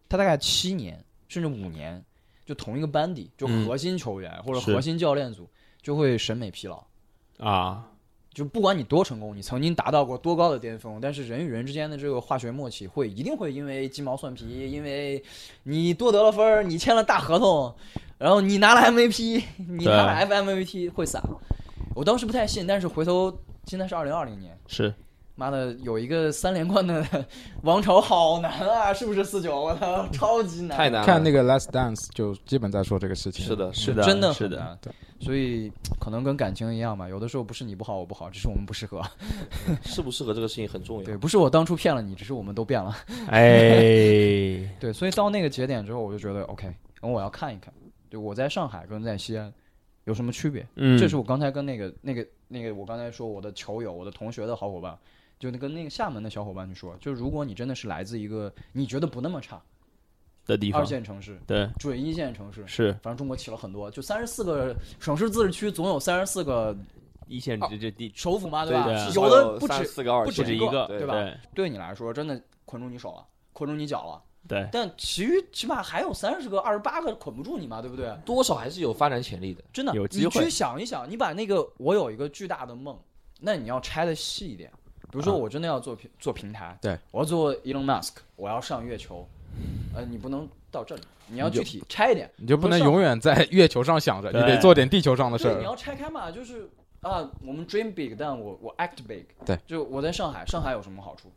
他大概七年甚至五年，就同一个班底，就
嗯
核心球员、或者
是
核心教练组就会审美疲劳。
啊，
就不管你多成功，你曾经达到过多高的巅峰，但是人与人之间的这个化学默契会一定会因为鸡毛蒜皮，因为你多得了分儿，你签了大合同，然后你拿了 MVP，你 拿了 FMVP 会散。我当时不太信，但是回头现在是二零二零年，
是
妈的有一个三连冠的 王朝好难啊，是不是四九？我操，超级难，
太难了。
看那个《Last Dance》就基本在说这个事情。
是的，是
是的，
真的
是
很
的，
难
对。
所以可能跟感情一样嘛，有的时候不是你不好，我不好，只是我们不适合。
适不适合这个事情很重要
对，。不是我当初骗了你，只是我们都变了。
哎，
对，所以到那个节点之后，我就觉得 OK，我要看一看，对我在上海跟在西安有什么区别？
嗯，
这是我刚才跟那个、那个、那个，我刚才说我的球友、我的同学的好伙伴，就那跟那个厦门的小伙伴去说，就如果你真的是来自一个你觉得不那么差
的地方
二，线城市、
对，
准一线城市，
是
反正中国起了很多，就三十四个省市自治区，总有三十四个
一线这这地
首府嘛，
对
吧？
对
啊
啊
有的不
三
止，
四个二
不
哦不
止
止
一
一
个
个，
对吧对你来说真的捆住你手了，捆住你脚了。
对，
但其余起码还有三十个、二十八个捆不住你嘛，对不对？
多少还是有发展潜力的。
真的，
有机
你
会
去想一想，你把那个我有一个巨大的梦，那你要拆的细一点。比如说，
啊
我真的要做平、做平台，
对，
我要做 Elon Musk，我要上月球，呃，你不能到这里，你要
你就
具体拆一点，
你就不能
不是
永远在月球上想着，你得
对
做点地球上的事
对，你
儿。
要拆开嘛，就是啊，我们 dream big，但我我 act big，
对，
就我在上海，上海有什么好处？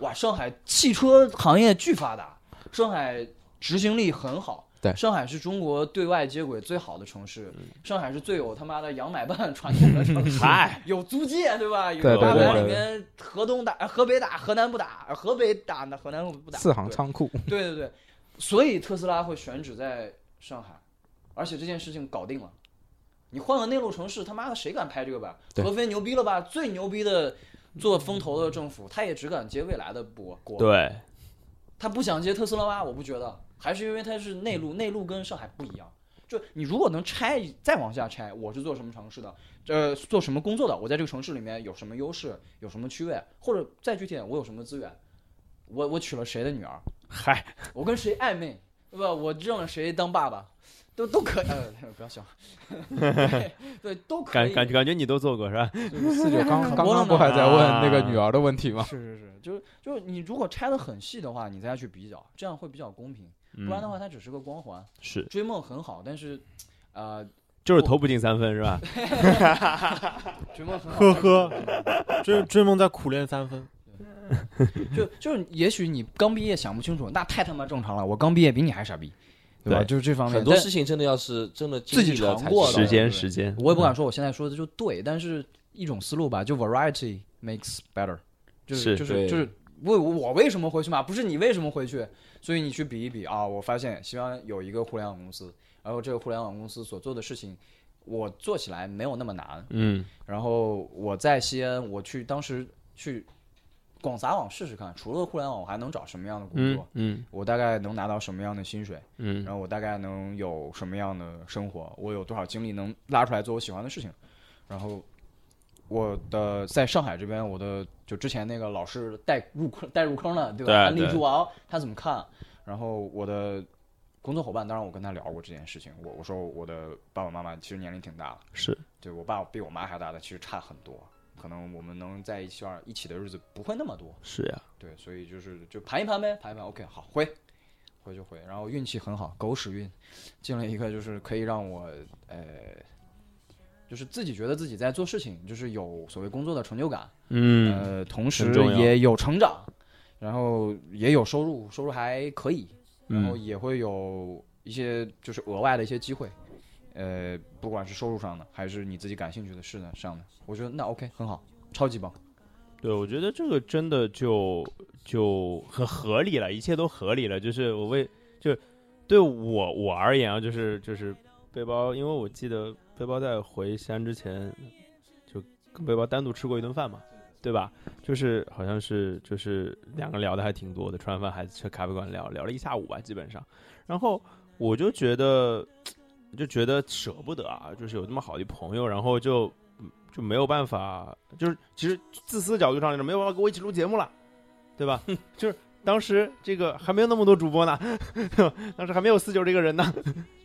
哇，上海汽车行业巨发达，上海执行力很好，
对嗯
上海是中国对外接轨最好的城市，上海是最有他妈的洋买办 传统的城市，
嗨，
有租界对吧？有
对
对
八
对
百
对
里面河东打，河北打，河南不打，河北打那河南不打，
四行
对
仓库，
对对对，所以特斯拉会选址在上海，而且这件事情搞定了。你换个内陆城市，他妈的谁敢拍这个版？
对
合肥牛逼了吧？最牛逼的做风投的政府，他也只敢接未来的国国，
对，
他不想接特斯拉吗？我不觉得，还是因为它是内
嗯
陆，内陆跟上海不一样。就你如果能拆，再往下拆，我是做什么城市的，呃，做什么工作的，我在这个城市里面有什么优势，有什么区位，或者再具体点，我有什么资源，我我娶了谁的女儿，
嗨，
我跟谁暧昧，对吧？我认了谁当爸爸，都 都可以。呃，不要笑， 对对，都可
感
以。
感觉感觉你都做过是吧？
四九刚刚
多了
刚
呢
不还在问
啊
那个女儿的问题吗？
是是是，就是就是你如果拆的很细的话，你再去比较，这样会比较公平。 不然的
嗯
话，它只是个光环。
是
追梦很好，但是，呃，
就是投不进三分是 吧？
追梦很好，
呵呵，追追梦在苦练三分，
就就是也许你刚毕业想不清楚，那太他妈正常了。我刚毕业比你还傻逼，对吧？
对
就是这方面，
很多
但
事情真的要是真的
自己
经历了才
尝过
知道
的
时间
对
时间，
我也不敢说我现在说的就对，但是一种思路吧，就 variety makes better，就是
是
就是
对
就是为我我为什么回去嘛，不是你为什么回去，所以你去比一比啊，我发现西安有一个互联网公司，然后这个互联网公司所做的事情，我做起来没有那么难，
嗯，
然后我在西安，我去当时去广撒网试试看，除了互联网，我还能找什么样的工
嗯
作？
嗯
我大概能拿到什么样的薪水？
嗯
然后我大概能有什么样的生活，我有多少精力能拉出来做我喜欢的事情，然后我的在上海这边，我的就之前那个老是带入坑带入坑了，对吧？
对
安利
对
之王他怎么看？然后我的工作伙伴，当然我跟他聊过这件事情，我我说我的爸爸妈妈其实年龄挺大了，
是
对我爸比我妈还大的其实差很多，可能我们能在一起一起的日子不会那么多，
是呀，
对，所以就是就盘一盘呗，盘一盘。OK，好，回，回就回。然后运气很好，狗屎运，进了一个就是可以让我呃，就是自己觉得自己在做事情，就是有所谓工作的成就感，
嗯
呃，同时
很重要
也有成长，然后也有收入，收入还可以，然后
嗯
也会有一些就是额外的一些机会。呃，不管是收入上的，还是你自己感兴趣的事呢上的，我觉得那 OK 很好，超级棒。
对，我觉得这个真的就就很合理了，一切都合理了。就是我为就对我我而言啊，就是就是背包，因为我记得背包在回西安之前，就跟背包单独吃过一顿饭嘛，对吧？就是好像是就是两个聊的还挺多的，吃完饭还去咖啡馆聊聊了一下午吧，基本上。然后我就觉得就觉得舍不得啊，就是有这么好的朋友，然后就就没有办法，就是其实自私的角度上来说，没有办法跟我一起录节目了，对 吧？就是当时这个还没有那么多主播呢， 当时还没有四九这个人呢，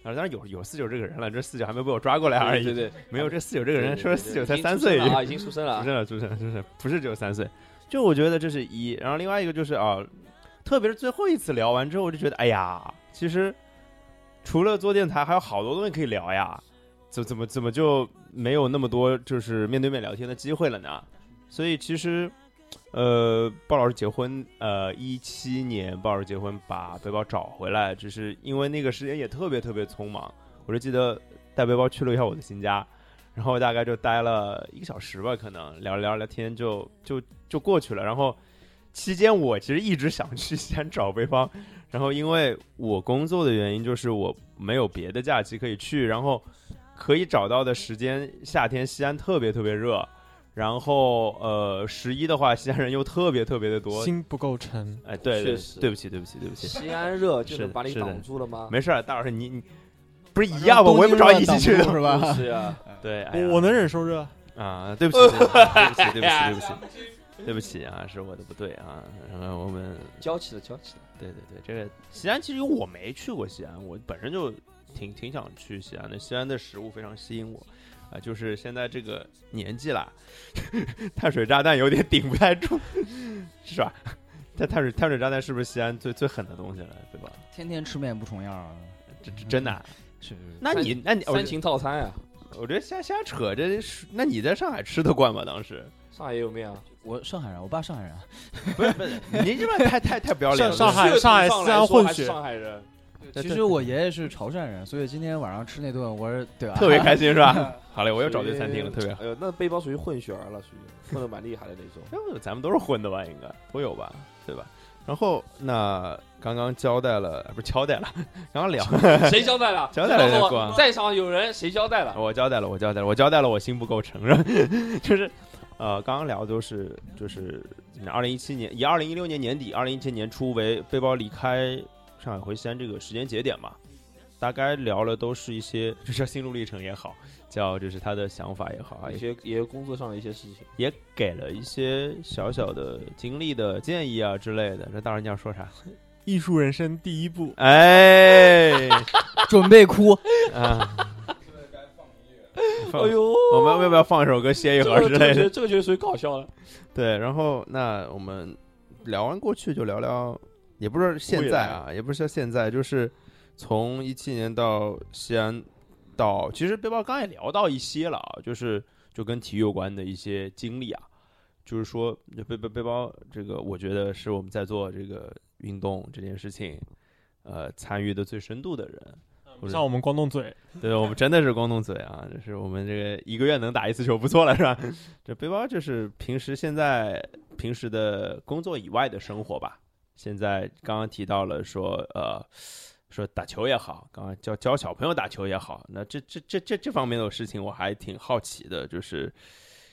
啊，当然有有四九这个人了，这四九还没被我抓过来而已，
对对对，
没有这四九这个
对
人，
对
说
对
四
对
九
已
才
经
三
出生
岁，
了啊，已经出生了
不
啊
是。了，不是了，不是，不是只有三岁。就我觉得这是一，然后另外一个就是啊，特别是最后一次聊完之后，我就觉得，哎呀，其实除了做电台，还有好多东西可以聊呀，怎怎么怎么就没有那么多就是面对面聊天的机会了呢？所以其实，呃，鲍老师结婚，呃，一七年鲍老师结婚把背包找回来，只是因为那个时间也特别特别匆忙，我就记得带背包去了一下我的新家，然后大概就待了一个小时吧，可能聊聊聊天就就就过去了。然后期间我其实一直想去西安找对方，然后因为我工作的原因，就是我没有别的假期可以去，然后可以找到的时间，夏天西安特别特别热，然后呃十一的话，西安人又特别特别的多。
心不够沉，
哎，对对
确实，
对不起，对不起，对不起，
西安热就是能把你
是的
挡住了吗？
没事儿，大老师你你不是一样吗？我也不找你一起去的。
是吧？
是啊呀，
对， 哎呀
我我能忍受热，
啊，对不起，对不起，对不起，对不起，对不起，对不起啊，是我的不对啊。然后我们，
娇气了，娇 气了。
对对对，这个西安其实我没去过西安，我本身就挺挺想去西安的。西安的食物非常吸引我啊、就是现在这个年纪啦， 碳水炸弹有点顶不太住，是吧？ 碳碳水碳水炸弹是不是西安最最狠的东西了，对吧？
天天吃面不重样啊！
这这真的啊、
是
那你那你，我
三秦套餐呀，
我觉得瞎瞎扯，这是那你在上海吃得惯吗？当时
上海也有面啊。
我上海人，我爸上海人啊，
不是不是， 你这边太太太不要脸
上
了。
上海
血统
上海
上
西
来说
安混
还是
血，
上海人。
其实我爷爷是潮汕人，所以今天晚上吃那顿，我是对吧？
特别开心是吧？好嘞，我又找对
属于
餐厅了，特别好。。
哎呦，那背包属于混血儿了，属于混的蛮厉害的那种
哎咱们都是混的吧？应该都有吧？对吧？然后那刚刚交代了，呃不是交代了， 刚刚聊，
谁交代 了？
交代了
告诉
再说
我，在场有人谁交代了？
我交代了，我交代了，我交代了，我心不够承认， 就是。呃，刚刚聊就是就是二零一七年，以二零一六年年底、二零一七年初为背包离开上海回西安这个时间节点嘛，大概聊了都是一些，就叫心路历程也好，叫就是他的想法也好啊，
一
也
些也工作上的一些事情，
也给了一些小小的经历的建议啊之类的。这大人要说啥？
艺术人生第一步，
哎
准备 哭，
啊！ 放
哎呦，
我们要不要放一首歌歇一
这
会儿
个
之
这个
类
觉
的
得？这个觉得属于搞笑了。
对，然后那我们聊完过去就聊聊，也不是现在啊，也不是说现在，就是从一七年到西安到，其实背包刚也聊到一些了啊，就是就跟体育有关的一些经历啊，就是说就背背背包这个，我觉得是我们在做这个运动这件事情，呃，参与的最深度的人。不是
像我们光 动嘴，
对我们真的是光动嘴啊，就是我们这个一个月能打一次球不错了，是吧？ 这背包就是平时现在平时的工作以外的生活吧。现在刚刚提到了说，呃，说打球也好，刚刚教教小朋友打球也好，那这这这这这方面的事情我还挺好奇的，就是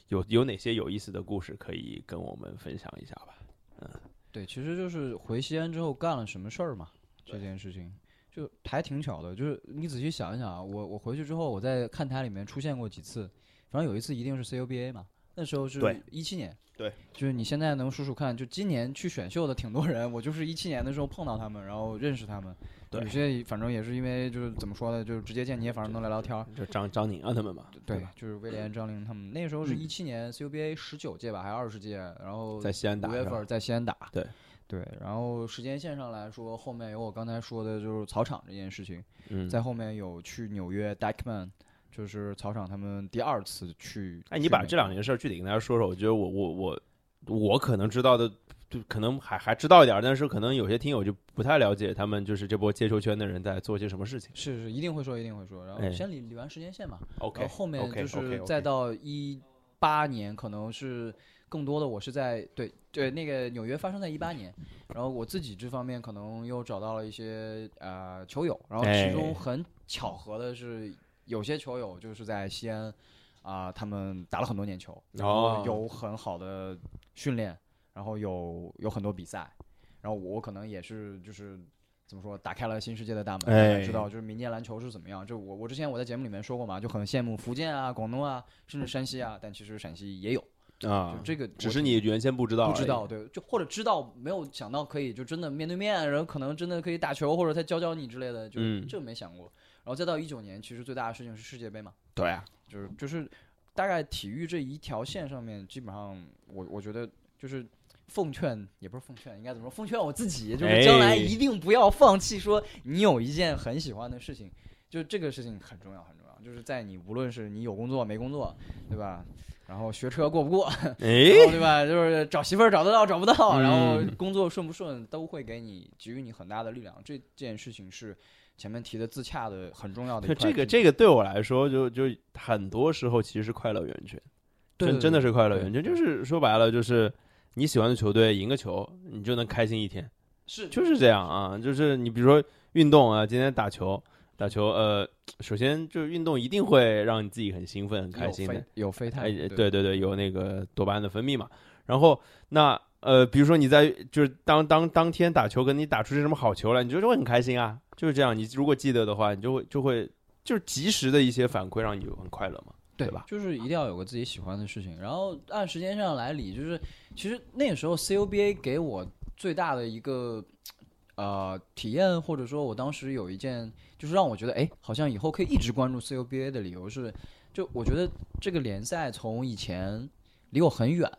有有哪些有意思的故事可以跟我们分享一下吧？
对，其实就是回西安之后干了什么事儿嘛，这件事情就还挺巧的。就是你仔细想一想啊，我我回去之后，我在看台里面出现过几次，反正有一次一定是 CUBA 嘛，那时候是
对
一七年，
对，
就是你现在能数数看，就今年去选秀的挺多人，我就是一七年的时候碰到他们，然后认识他们，
对
有些反正也是因为就是怎么说呢，就是直接见你也反正能聊聊天儿，
就张张宁啊他们嘛，
对，就是威廉、张琳他们那时候是一七年 CUBA 十九届吧，还是二十届，然
嗯
后
在西安打
五月
是
份
吧
儿？E 在西安打。
对
对，然后时间线上来说，后面有我刚才说的，就是草场这件事情，
嗯，
在后面有去纽约 Dykeman，就是草场他们第二次去。
哎，你
去
把
美
这两
国
件事儿具体跟大家说说。我觉得我我我我可能知道的，就可能还还知道一点儿，但是可能有些听友就不太了解他们就是这波接球圈的人在做些什么事情。
是是一定会说一定会说，然
哎
后先理理完时间线嘛，然
OK，
呃后后面
OK，
就是
OK，OK
再到一八年，可能是更多的我是在对对那个纽约发生在一八年，然后我自己这方面可能又找到了一些呃球友，然后
哎
其中很巧合的是，有些球友就是在西安啊、他们打了很多年球，然
哦
后有很好的训练，然后有有很多比赛，然后我可能也是就是怎么说，打开了新世界的大门，
哎
才知道就是民间篮球是怎么样。就我我之前我在节目里面说过嘛，就很羡慕福建啊、广东啊，甚至山西啊，但其实陕西也有，就
啊，
这个
只
我
是你原先不知道，
不知道，。对，就或者知道没有想到可以就真的面对面，然后可能真的可以打球，或者他教教你之类的，就、
嗯
这个没想过。然后再到一九年，其实最大的事情是世界杯嘛，
对啊，
就是就是大概体育这一条线上面，基本上我我觉得就是奉劝，也不是奉劝，应该怎么说？奉劝我自己，就
哎
是将来一定不要放弃，说你有一件很喜欢的事情，就这个事情很重要，很重要。就是在你无论是你有工作没工作，对吧？然后学车过不过，
哎，
然后对吧？就是找媳妇儿找得到找不到，然后
嗯
工作顺不顺，都会给你给予你很大的力量。这件事情是前面提的自洽的很重要的一
对，
块
这个
地
这个对我来说，就就很多时候其实是快乐源泉，
对
真
对
真的
对
是快乐源泉。就是说白了，就是你喜欢的球队赢个球，你就能开心一天，
是
就是这样啊。就是你比如说运动啊，今天打球。打球，呃，首先就是运动一定会让你自己很兴奋、很开心的，
有非
哎
态，，
对对对，有那个多巴胺的分泌嘛。然后那呃，比如说你在就是当当当天打球，跟你打出去什么好球来，你就会很开心啊，就是这样。你如果记得的话，你就会就会就是及时的一些反馈，让你很快乐嘛。
对
对吧？
就是一定要有个自己喜欢的事情，然后按时间上来理，就是其实那个时候 CUBA 给我最大的一个呃体验，或者说我当时有一件就是让我觉得哎，好像以后可以一直关注 CUBA 的理由是，就我觉得这个联赛从以前离我很远，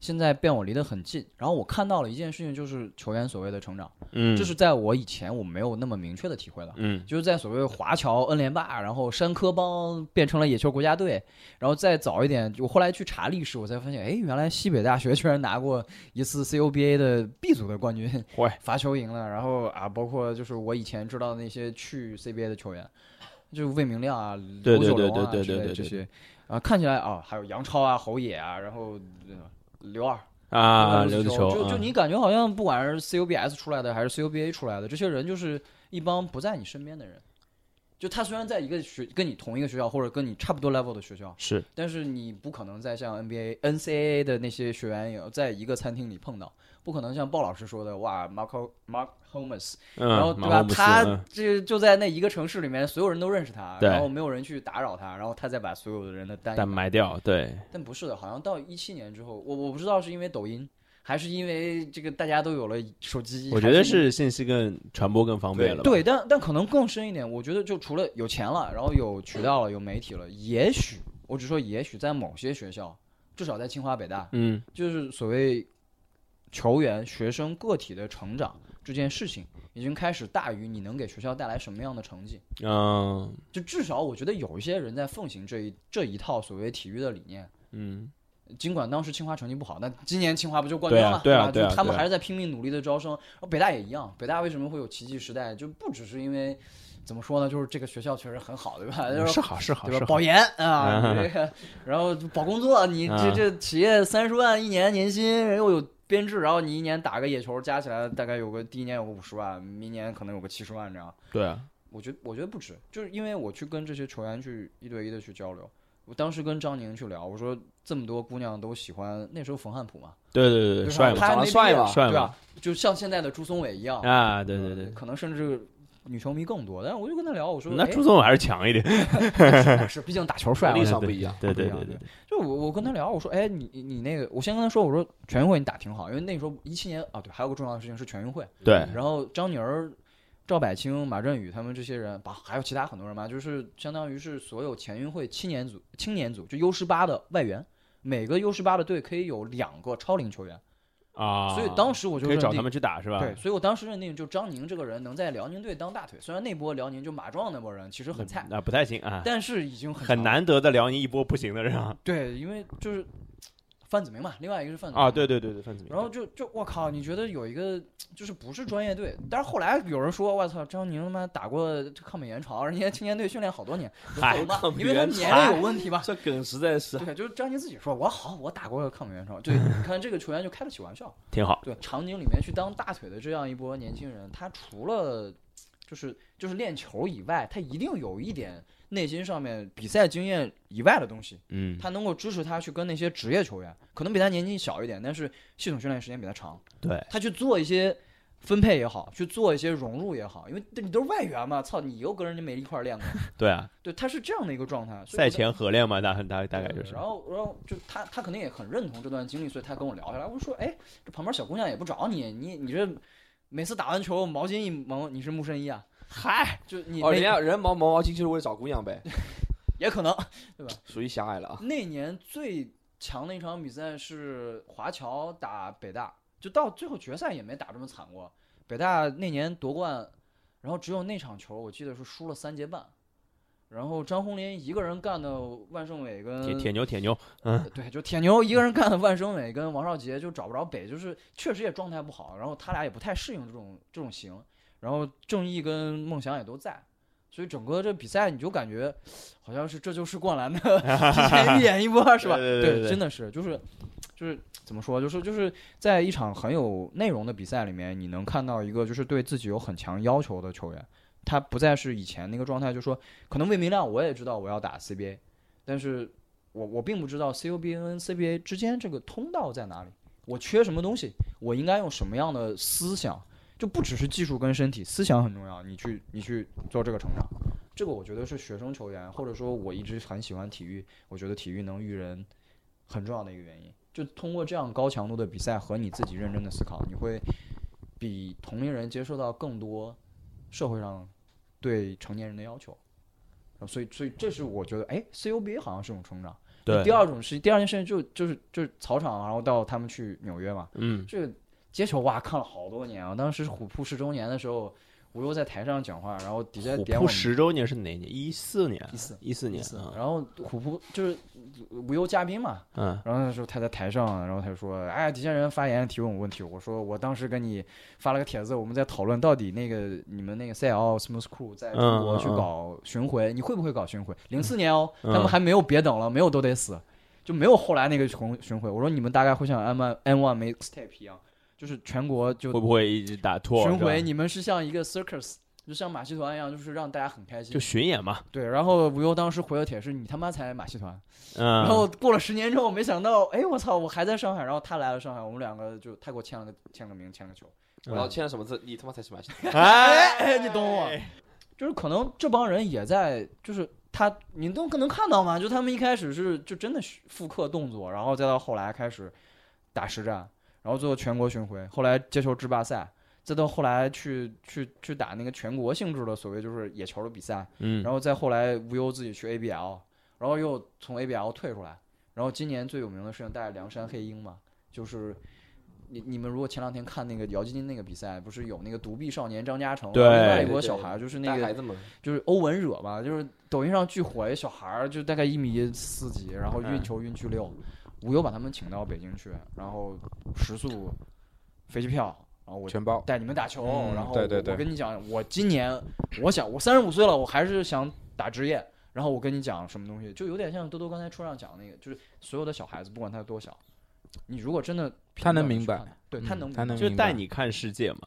现在变我离得很近，然后我看到了一件事情，就是球员所谓的成长，
嗯，
这是在我以前我没有那么明确的体会了。
嗯
就是在所谓华侨恩联坝，然后山科帮变成了野球国家队，然后再早一点，我后来去查历史，我才发现，哎，原来西北大学居然拿过一次 CUBA 的 B 组的冠军
喂，
罚球赢了，然后啊，包括就是我以前知道的那些去 CBA 的球员，就是魏明亮啊、
对
刘
对
九
对
龙啊
对对
之类
对对
的这
对
些，啊，看起来啊，还有杨超啊、侯野啊，然后呃刘二
啊，
呃
留的球，
就就
嗯
你感觉好像不管是 CUBS 出来的还是 CUBA 出来的，这些人就是一帮不在你身边的人。就他虽然在一个学跟你同一个学校或者跟你差不多 level 的学校，
是
但是你不可能再像 NBA、NCAA 的那些学员有在一个餐厅里碰到，不可能像鲍老师说的哇，Marco Mark Holmes，、
嗯，
然后对
马
吧？
霍姆斯
他
嗯
这就在那一个城市里面，所有人都认识他，
对
然后没有人去打扰他，然后他再把所有的人的单
但埋掉，对，
但不是的，好像到一七年之后，我我不知道是因为抖音，还是因为这个大家都有了手机。
我
还
觉得
是因为
是信息更传播更方便了吧。
对，但但可能更深一点，我觉得就除了有钱了，然后有渠道了，有媒体了，也许我只说也许在某些学校，至少在清华北大，
嗯，
就是所谓球员、学生个体的成长这件事情，已经开始大于你能给学校带来什么样的成绩。
嗯
就至少我觉得有一些人在奉行这一这一套所谓体育的理念，
嗯，
尽管当时清华成绩不好，但今年清华不就冠军
对啊
了？
对啊
吧
对啊
就是他们
对啊
还是在拼命努力的招生。而北大也一样，北大为什么会有奇迹时代？就不只是因为怎么说呢，就是这个学校确实很好，对吧？就是是
好嗯是好
对
是
吧？
好
保，研
啊
啊，你这个， 然后保工作，你
啊
这这企业三十万一年年薪，又有编制，然后你一年打个野球，加起来大概有个第一年有个五十万，明年可能有个七十万这样。
对啊，
我觉得我觉得不止，就是因为我去跟这些球员去一对一的去交流。我当时跟张宁去聊，我说这么多姑娘都喜欢那时候冯汉普嘛，
对对对对，
对吧
帅
他
嘛
还
长
没
得
毕
帅
业
嘛
帅
对
嘛
吧？就像现在的朱松伟一样，呃
啊，对对对，
可能甚至女球迷更多。但是我就跟他聊，我 说
那
哎
朱总还是强一点，
是，毕竟打球帅
能 力
啊。
上不一样。
对对
不一
对
样
对，
就我我跟他聊，我说哎，你你那个，我先跟他说，我说全运会你打挺好，因为那时候一七年啊，对，还有个重要的事情是全运会。
对，
然后张宁儿、赵柏青、马振宇他们这些人，把还有其他很多人嘛，就是相当于是所有前运会青年组、青年组就 U 十八的外援，每个 U 十八的队可以有两个超龄球员，
啊，
所以当时我就
可以
认
找
定
他们去打是吧？
对，所以我当时认定就张宁这个人能在辽宁队当大腿，虽然那波辽宁就马壮那波人其实很菜，
那不太行啊，
但是已经很
很
强了。
难得的辽宁一波不行的人啊
对，因为就是范子铭嘛，另外一个是范子
啊，
铭
对对对对，范子铭。
然后就就我靠，你觉得有一个就是不是专业队？但是后来有人说，我操，张宁他妈打过这抗美援朝，人家青年队训练好多年，
嗨
我说好
抗
吧
美
因为他
援
年
朝
龄有问题吧？
哎这梗实在是，
对，就是张宁自己说，我好，我打过抗美援朝。 对，你看这个球员就开得起玩笑。
挺好，
对，场景里面去当大腿的这样一波年轻人，他除了就是就是练球以外，他一定有一点内心上面比赛经验以外的东西。
嗯，
他能够支持他去跟那些职业球员，可能比他年纪小一点，但是系统训练时间比他长，
对
他去做一些分配也好，去做一些融入也好，因为你都是外援嘛，操，你又跟人家没一块儿练过，
对啊，
对，他是这样的一个状态。所以
赛
我在
前合练嘛，大大大概
对
就
对
是
然，后，然后就他，他肯定也很认同这段经历，所以他跟我聊下来，我说，哎，这旁边小姑娘也不找你，你你这每次打完球毛巾一蒙，你是木申一啊？嗨，就你
哦，
每
人家人毛毛毛巾就是为了找姑娘呗，
也可能
属于狭隘 了啊。
那年最强的一场比赛是华侨打北大，就到最后决赛也没打这么惨过。北大那年夺冠，然后只有那场球我记得是输了三节半，然后张宏林一个人干的万胜伟跟
铁铁牛铁牛，
对，就铁牛一个人干的万升伟跟王少杰就找不着北，就是确实也状态不好，然后他俩也不太适应这种这种型。然后正义跟梦想也都在，所以整个这比赛你就感觉好像是这就是灌篮的 提前预演一波是吧？
对对对对对
真的是就是就是怎么说，就是就是在一场很有内容的比赛里面，你能看到一个就是对自己有很强要求的球员，他不再是以前那个状态，就说可能魏明亮我也知道我要打 CBA，但是我我并不知道 CUBA 跟 CBA 之间这个通道在哪里，我缺什么东西，我应该用什么样的思想，就不只是技术跟身体，思想很重要，你去你去做这个成长。这个我觉得是学生球员，或者说我一直很喜欢体育，我觉得体育能育人很重要的一个原因。就通过这样高强度的比赛和你自己认真的思考，你会比同龄人接受到更多社会上对成年人的要求。啊所以，所以这是我觉得，哎，CUBA 好像是种成长。
对，
第二种事，第二件事情就就是就是草场，然后到他们去纽约嘛，
嗯，
这个接球哇看了好多年啊。当时是虎扑十周年的时候，吴优在台上讲话，然后底下
虎
点
扑
我们
十周年是哪年？一四年，
14
一四年
意思
啊，
然后虎扑就是吴优嘉宾嘛，
嗯，
然后那时候他在台上，然后他就说：“哎，底下人发言提问我问题。”我说：“我当时跟你发了个帖子，我们在讨论到底那个你们那个 CL Smooth Crew 在中国去
嗯嗯嗯
搞巡回，你会不会搞巡回？零四年哦，他
嗯
们还没有别等了，没有都得死，就没有后来那个巡巡回。我说你们大概会像 M N One Mixtape 一样，就是全国就
会不会一直打拓
巡回，
是吧
你们是像一个 circus，就像马戏团一样，就是让大家很开心
就。巡演嘛，
对，然后吴优当时回了帖是：你他妈才马戏团。”
嗯，
然后过了十年之后，没想到，哎，我操，我还在上海，然后他来了上海，我们两个就他给我签了个签个名，签个球，
嗯
我要签了什么字？你他妈才是马戏 团。
哎
哎，你懂我，就是可能这帮人也在，就是他，你都能看到吗？就他们一开始是就真的是复刻动作，然后再到后来开始打实战，然后最后全国巡回，后来接球制霸赛，再到后来去去去打那个全国性质的所谓就是野球的比赛，
嗯
然后再后来无忧自己去 ABL，然后又从 ABL 退出来，然后今年最有名的事情大概梁山黑鹰嘛，就是你你们如果前两天看那个姚金金那个比赛，不是有那个独臂少年张嘉诚，
对
然后另外一
对
波
对
小孩儿就是那
带孩
个
子们，
就是欧文惹嘛，就是抖音上巨火一小孩儿，就大概一米四几，然后运
嗯
球运去六，无忧把他们请到北京去，然后食宿、飞机票，然后我
全包。
带你们打球，
嗯
然后
对
我
对对
我跟你讲，我今年我想我三十五岁了，我还是想打职业。然后我跟你讲什么东西，就有点像多多刚才车上讲的那个，就是所有的小孩子，不管他多小，你如果真的
他
平等地
能明白
去看待，对他
嗯
能
他能
就
明白
带你看世界嘛，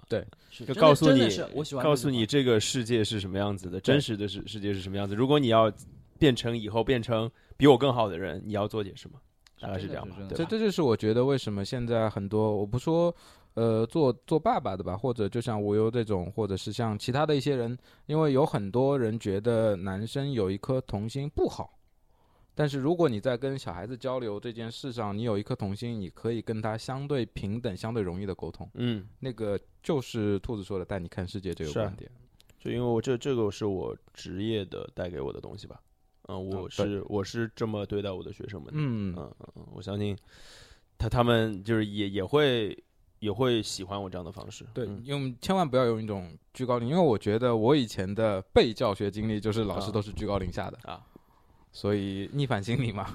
是
就
真的
告诉
真的
你
是我喜欢
告
这
诉
句话
你这个世界是什么样子的，真实的世世界是什么样子。如果你要变成以后变成比我更好的人，你要做点什么，大概是这样吧
真的是真。的
对
这
吧，
这就是我觉得为什么现在很多我不说，呃，做做爸爸的吧，或者就像无忧这种，或者是像其他的一些人，因为有很多人觉得男生有一颗童心不好，但是如果你在跟小孩子交流这件事上，你有一颗童心，你可以跟他相对平等、相对容易的沟通，
嗯，
那个就是兔子说的带你看世界这个
是啊
观点。
就因为我这这个是我职业的带给我的东西吧。嗯，我
嗯
是我是这么对待我的学生们的。
嗯，
嗯嗯嗯，我相信他他们就是也也会也会喜欢我这样的方式。
对
嗯，
用千万不要用一种居高临，因为我觉得我以前的被教学经历就是老师
啊
都是居高临下的
啊，
所以逆反心理 嘛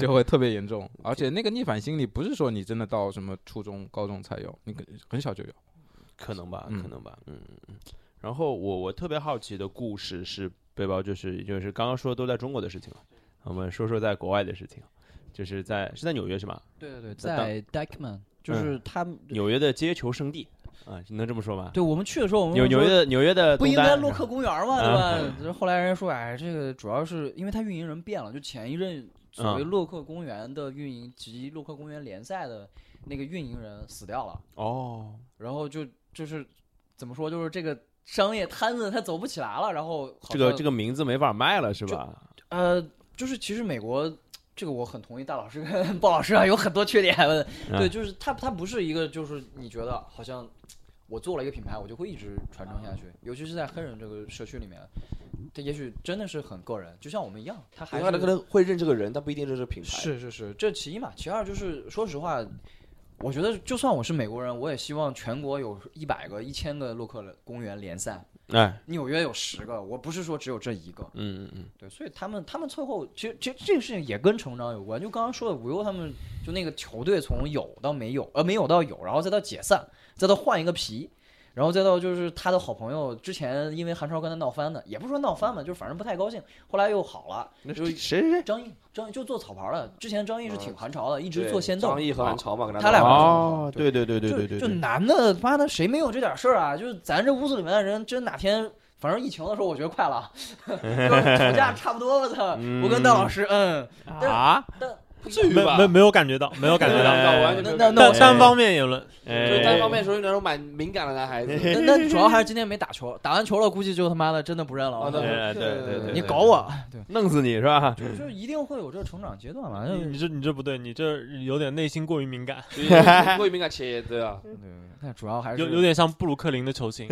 就会特别严重。而且那个逆反心理不是说你真的到什么初中、高中才有，你可很小就有。
可能吧，
嗯
可能吧，嗯嗯嗯。然后我我特别好奇的故事是背包，就是就是刚刚说都在中国的事情了，我们说说在国外的事情，就是在是在纽约是吗？
对对对，
那当
在 Dyckman
嗯
就是他们，
纽约的接球圣地啊，能这么说吗？
对我们去的时候，我们
纽
说
纽约的纽约的
不
呃东
应该
单
洛克公园嘛，对
啊
吧？这后来人家说，哎，这个主要是因为他运营人变了，就前一任所谓
嗯
洛克公园的运营及洛克公园联赛的那个运营人死掉了，
哦，
然后就就是怎么说，就是这个商业摊子他走不起来了，然后好
这个
像
这个名字没法卖了是吧？
呃，就是其实美国。这个我很同意，大老师跟 鲍老师啊有很多缺点，对，就是他他不是一个，就是你觉得好像我做了一个品牌，我就会一直传承下去，尤其是在黑人这个社区里面，他也许真的是很个人，就像我们一样，他还
他
是
可能会认这个人，但不一定认这个品牌。
是是是，这其一嘛，其二就是说实话，我觉得就算我是美国人，我也希望全国有一百个、一千个洛克公园联赛，
哎，
纽约有十个，我不是说只有这一个，
嗯嗯嗯，
对，所以他们他们最后其实其实这个事情也跟成长有关。就刚刚说的无忧他们，就那个球队从有到没有，呃没有到有，然后再到解散，再到换一个皮，然后再到就是他的好朋友之前因为韩超跟他闹翻的，也不是说闹翻吧，就反正不太高兴，后来又好了。
那
就
谁谁谁
张译，张译就做草牌了，之前张译是挺韩潮的，一直
啊对
做仙斗啊
张。译和韩潮嘛，跟
他俩
打
玩
哦，对对对对对对
就就
对，
男的，妈的，谁没有这点事儿啊？就是咱这屋子里面的人，真哪天，反正疫情的时候，我觉得快了，就是吵架差不多，我操！我跟
嗯
邓老师，嗯，
啊，
但不
至于
没
吧？
没没有感 觉到，没有感觉到。
哎
我完全没有
那
感
那
觉
哎
单
我
到
单方面言论，
就是单方
面
面说有那种蛮敏感的男 孩子，
那那主要还是今天没打球，打完球了，估计就他妈的真的不认了。
啊对
哎对对对对，
你搞我，
弄死你是 吧？
就就是一定会有这成长阶段嘛。
你你这你这不对，你这有点内心过于敏感，
就是过于敏感且对啊。
那主要还是
有有点像布鲁克林的 球星。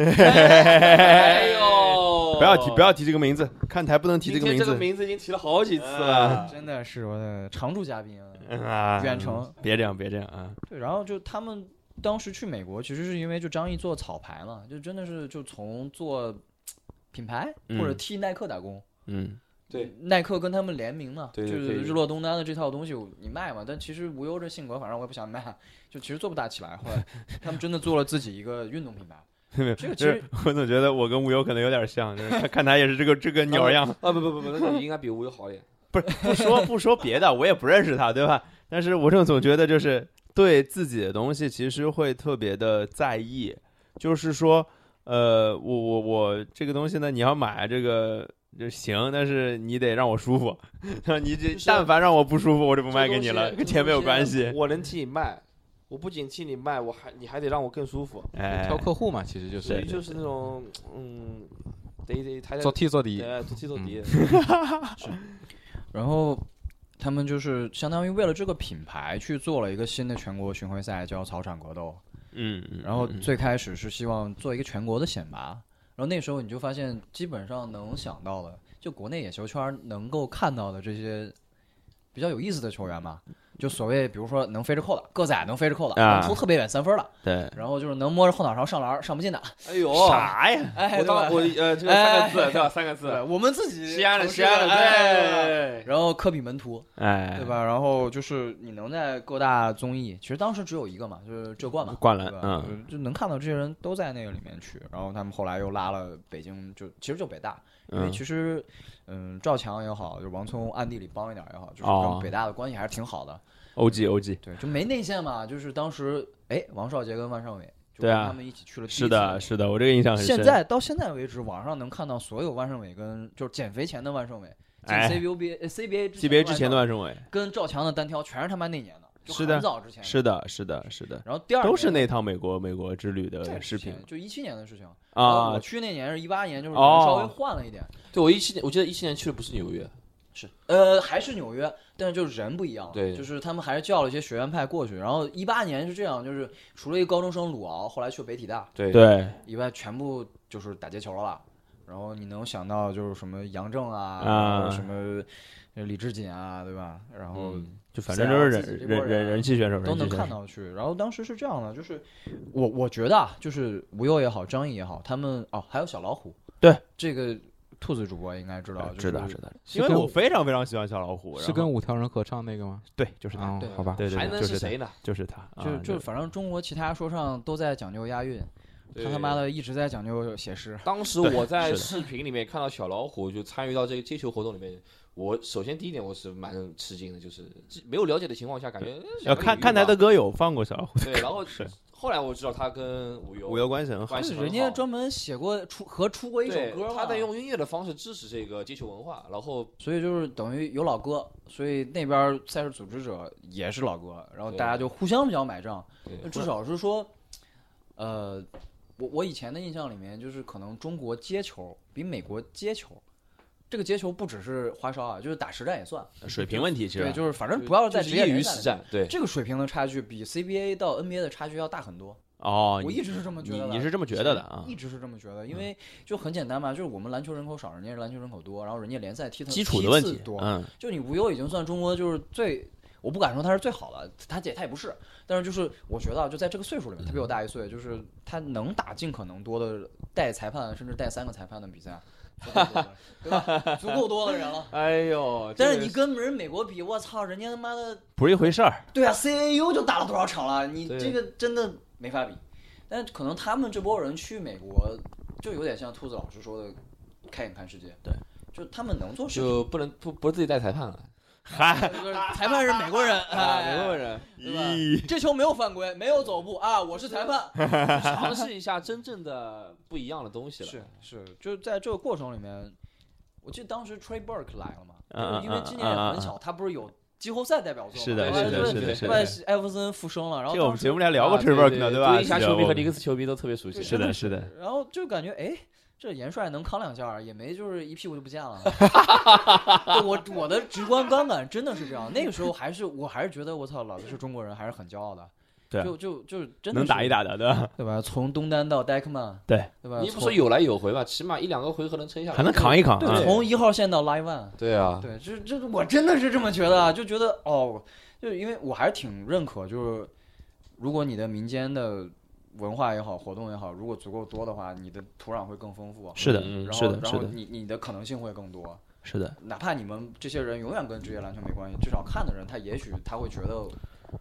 哎呦，
不要提不要提这个名字，看台不能提
今
这
天
个名字。啊
名字已经提了好几次了。
真的是我的常驻嘉宾啊。
嗯啊，
远程，
别这样，别这样啊！
对，然后就他们当时去美国，其实是因为就张译做草牌嘛，就真的是就从做品牌或者
嗯
替耐克打工，
嗯，
对，
耐克跟他们联名嘛，
对对
就是
对
日落东单的这套东西你卖嘛，但其实无忧这性格，反正我也不想卖， 就其实做不大起来。 后来他们真的做了自己一个运动品牌，这个
就
其实
是我总觉得我跟吴忧可能有点像，就是看看台也是这个这个鸟样。
啊不不不不，那你应该比吴优好一点。
不是不说不说别的，我也不认识他，对吧？但是我这总觉得就是对自己的东西其实会特别的在意，就是说，呃，我我我这个东西呢，你要买这个。就行，但是你得让我舒服。你这
就是
但凡让我不舒服，我就不
不
卖给你了，跟钱没有关系。
我能替你卖，我不仅替你卖，我还你还得让我更舒服。
哎
挑，客户嘛，其实就
所
对
是
以就是那种嗯，得得抬
做
抬。
T 做底，
哎，做
嗯
踢做敌，
然后他们就是相当于为了这个品牌去做了一个新的全国巡回赛，叫草场格斗。
嗯，嗯
然后
嗯
最开始是希望做一个全国的选拔，然后那时候你就发现，基本上能想到的，就国内野球圈儿能够看到的这些比较有意思的球员嘛，就所谓比如说能飞着扣的，个子矮能飞着扣的，
啊
能投特别远三分的，
对，
然后就是能摸着后脑勺上篮儿上不进的，
哎呦，
啥呀？
哎，
我
对吧哎
当我呃，这个三个字对吧？三个字，
对我们自己
西安的
城市
西安的，
的对对对
哎，
然后科比门徒，
哎，
对？吧？然后就是你能在各大综艺，其实当时只有一个嘛，就是浙冠嘛，
灌篮
对吧
嗯
就就能看到这些人都在那个里面去。然后他们后来又拉了北京，就其实就北大，因为
嗯
其实嗯，赵强也好，就王聪暗地里帮一点也好，就是
哦
跟北大的关系还是挺好的。
，O G O G，
对，就没内线嘛，就是当时哎，王少杰跟万尚伟就
对
跟
啊
他们一起去了第一次。
是的，是的，我这个印象很深。
现在到现在为止，网上能看到所有万胜伟跟就是减肥前的万胜伟进
哎
CBA 呃 CBA 之
CBA 之前的
万
万胜伟，
胜伟跟赵强的单挑，全是他妈那年的，就是
的
很早之前的。
是的，是的，是的，
然后第二
都是
年
那趟美国美国之旅
在
的
之
视频
前就一七年的事情。呃
啊
我，去那年是一八年，就是可
哦
能稍微换了一点，
对我一七年，我记得一七年去的不是纽约，
是呃还是纽约，但是就是人不一样了，
对
就是他们还是叫了一些学院派过去。然后一八年是这样，就是除了一个高中生鲁敖，后来去北体大
对
对，
以外，全部就是打街球了啦。然后你能想到就是什么杨正啊，
啊嗯
然后什么呃李志锦啊，对吧？然后
就反正都是人
自己这波
人
人
人人气选手，
都
人
能
气选
看
手。
到去。然后当时是这样的，就是我我觉得啊，就是吴忧也好，张译也好，他们哦还有小老虎，
对呃
这个兔子主播应该知道，
知道
就是
知道，
是
因为
跟
我非常非常喜欢小老虎，
是
然
跟
后
五条人合唱那个吗？
对，就是他，
哦
对，
好吧，
对对，
还
对
能
就是是他
谁呢？
就是他，
啊就
啊
就反正中国其他说唱都在讲究押韵，
对
他他妈的一直在讲究写诗。
当时
对
我在
是的
视频里面看到小老虎就参与到这个接球活动里面，我首先第一点我是蛮吃惊的，就是没有了解的情况下，感觉
呃看看台的歌有放过小老虎，
对，然后
是
后来我知道他跟吴优
五幺关系很好，
关系很好
人家专门写过出和出过一首
对
歌嘛，
他在用音乐的方式支持这个接球文化，然后
所以就是等于有老哥，所以那边赛事组织者也是老哥，然后
对
大家就互相比较买账
对，
至少是说，呃，我我以前的印象里面就是可能中国接球比美国接球，这个接球不只是花哨啊，就是打实战也算，
水平问题其
对，
实啊
就是反
就
正不要在
就是
职业
业
联
余
赛
实
里
战，对，
这个水平的差距比 CBA 到 NBA 的差距要大很多，
哦，
我
你
一直是这么觉
你
得的。
你是这么觉得的啊
一？直是这么觉得，因为就很简单嘛，就是我们篮球人口少，人家篮球人口多，然后人家联赛踢的
基础的问题，
多，
嗯，
就你无忧已经算中国就是最，我不敢说他是最好的，他姐他也不是，但是就是我觉得啊，就在这个岁数里面，他比我大一岁，就是他能打尽可能多的带裁判甚至带三个裁判的比赛，足够多了对 吧？足够多的人了。
哎呦，
但是你跟人美国比，我操，人家他妈的，
不是一回事儿，
对啊，CAU 就打了多少场了，你
对
这个真的没法比。但可能他们这波人去美国，就有点像兔子老师说的，开眼看世界。
对，
就他们能做事情。
就不能不不是自己带裁判了。
嗨，
就是裁判是美国人，哎，
美国人
对吧这球没有犯规，没有走步啊，我是裁判。
尝试一下真正的不一样的东西了。
是 是，就在这个过程里面，我记得当时 Trey Burke 来了嘛，
嗯
就是因为
嗯嗯
今年也
嗯
很巧，他不是有季后赛代表作嘛，
是的，
对
是
吧
的，
就是
的，是
后来
的。
是艾弗森复生了，然后
这个我
当
们
时
节目里还聊过 t r i b e r k 呢，
啊对
吧？
一下
你知道
球迷和
吗
尼克斯球迷都特别熟悉。
是的，是的，
然后就感觉哎，这严帅能扛两下儿，也没就是一屁股就不见了。对 我我的直观观感真的是这样，那个时候还是我还是觉得我操，老子是中国人，还是很骄傲的。
对啊
就就就是真的
能
是
打一，打的，对吧？
对吧？从东单到戴克曼，
对
对吧？
你不
从
说有来有回吧，起码一两个回合能撑下来。
还能扛一扛
对，
啊！
从一号线到 Live One，
对啊，
对，这这我真的是这么觉得，啊，就觉得哦，就是因为我还是挺认可，就是如果你的民间的文化也好，活动也好，如果足够多的话，你的土壤会更丰富。啊
是的
嗯，
然
是
后
的，
然
是
后
的，
你你的可能性会更多。
是的，
哪怕你们这些人永远跟职业篮球没关系，至少看的人他也许他会觉得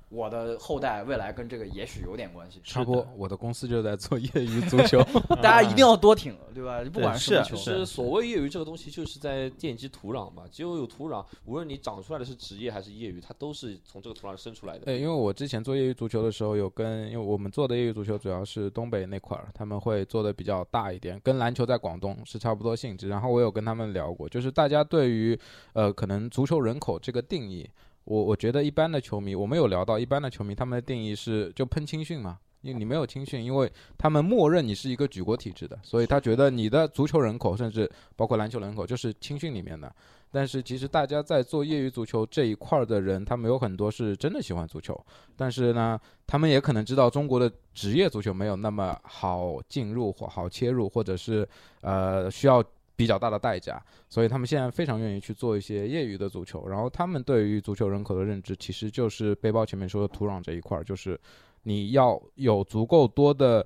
我的后代未来跟这个也许有点 关系。
插播，我的公司就在做业余足球，
大家一定要多挺，对吧？不管
是
什
是啊
么球，
就是所谓业余这个东西，就是在奠基土壤嘛。只有有土壤，无论你长出来的是职业还是业余，它都是从这个土壤生出来的。
对，因为我之前做业余足球的时候，有跟因为我们做的业余足球主要是东北那块儿，他们会做的比较大一点，跟篮球在广东是差不多性质。然后我有跟他们聊过，就是大家对于呃可能足球人口这个定义，我我觉得一般的球迷，我们有聊到一般的球迷，他们的定义是就喷青训嘛。因为你没有青训，因为他们默认你是一个举国体制的，所以他觉得你的足球人口，甚至包括篮球人口，就是青训里面的。但是其实大家在做业余足球这一块儿的人，他们有很多是真的喜欢足球，但是呢，他们也可能知道中国的职业足球没有那么好进入或好切入，或者是呃需要比较大的代价，所以他们现在非常愿意去做一些业余的足球。然后他们对于足球人口的认知，其实就是背包前面说的土壤这一块儿，就是你要有足够多的。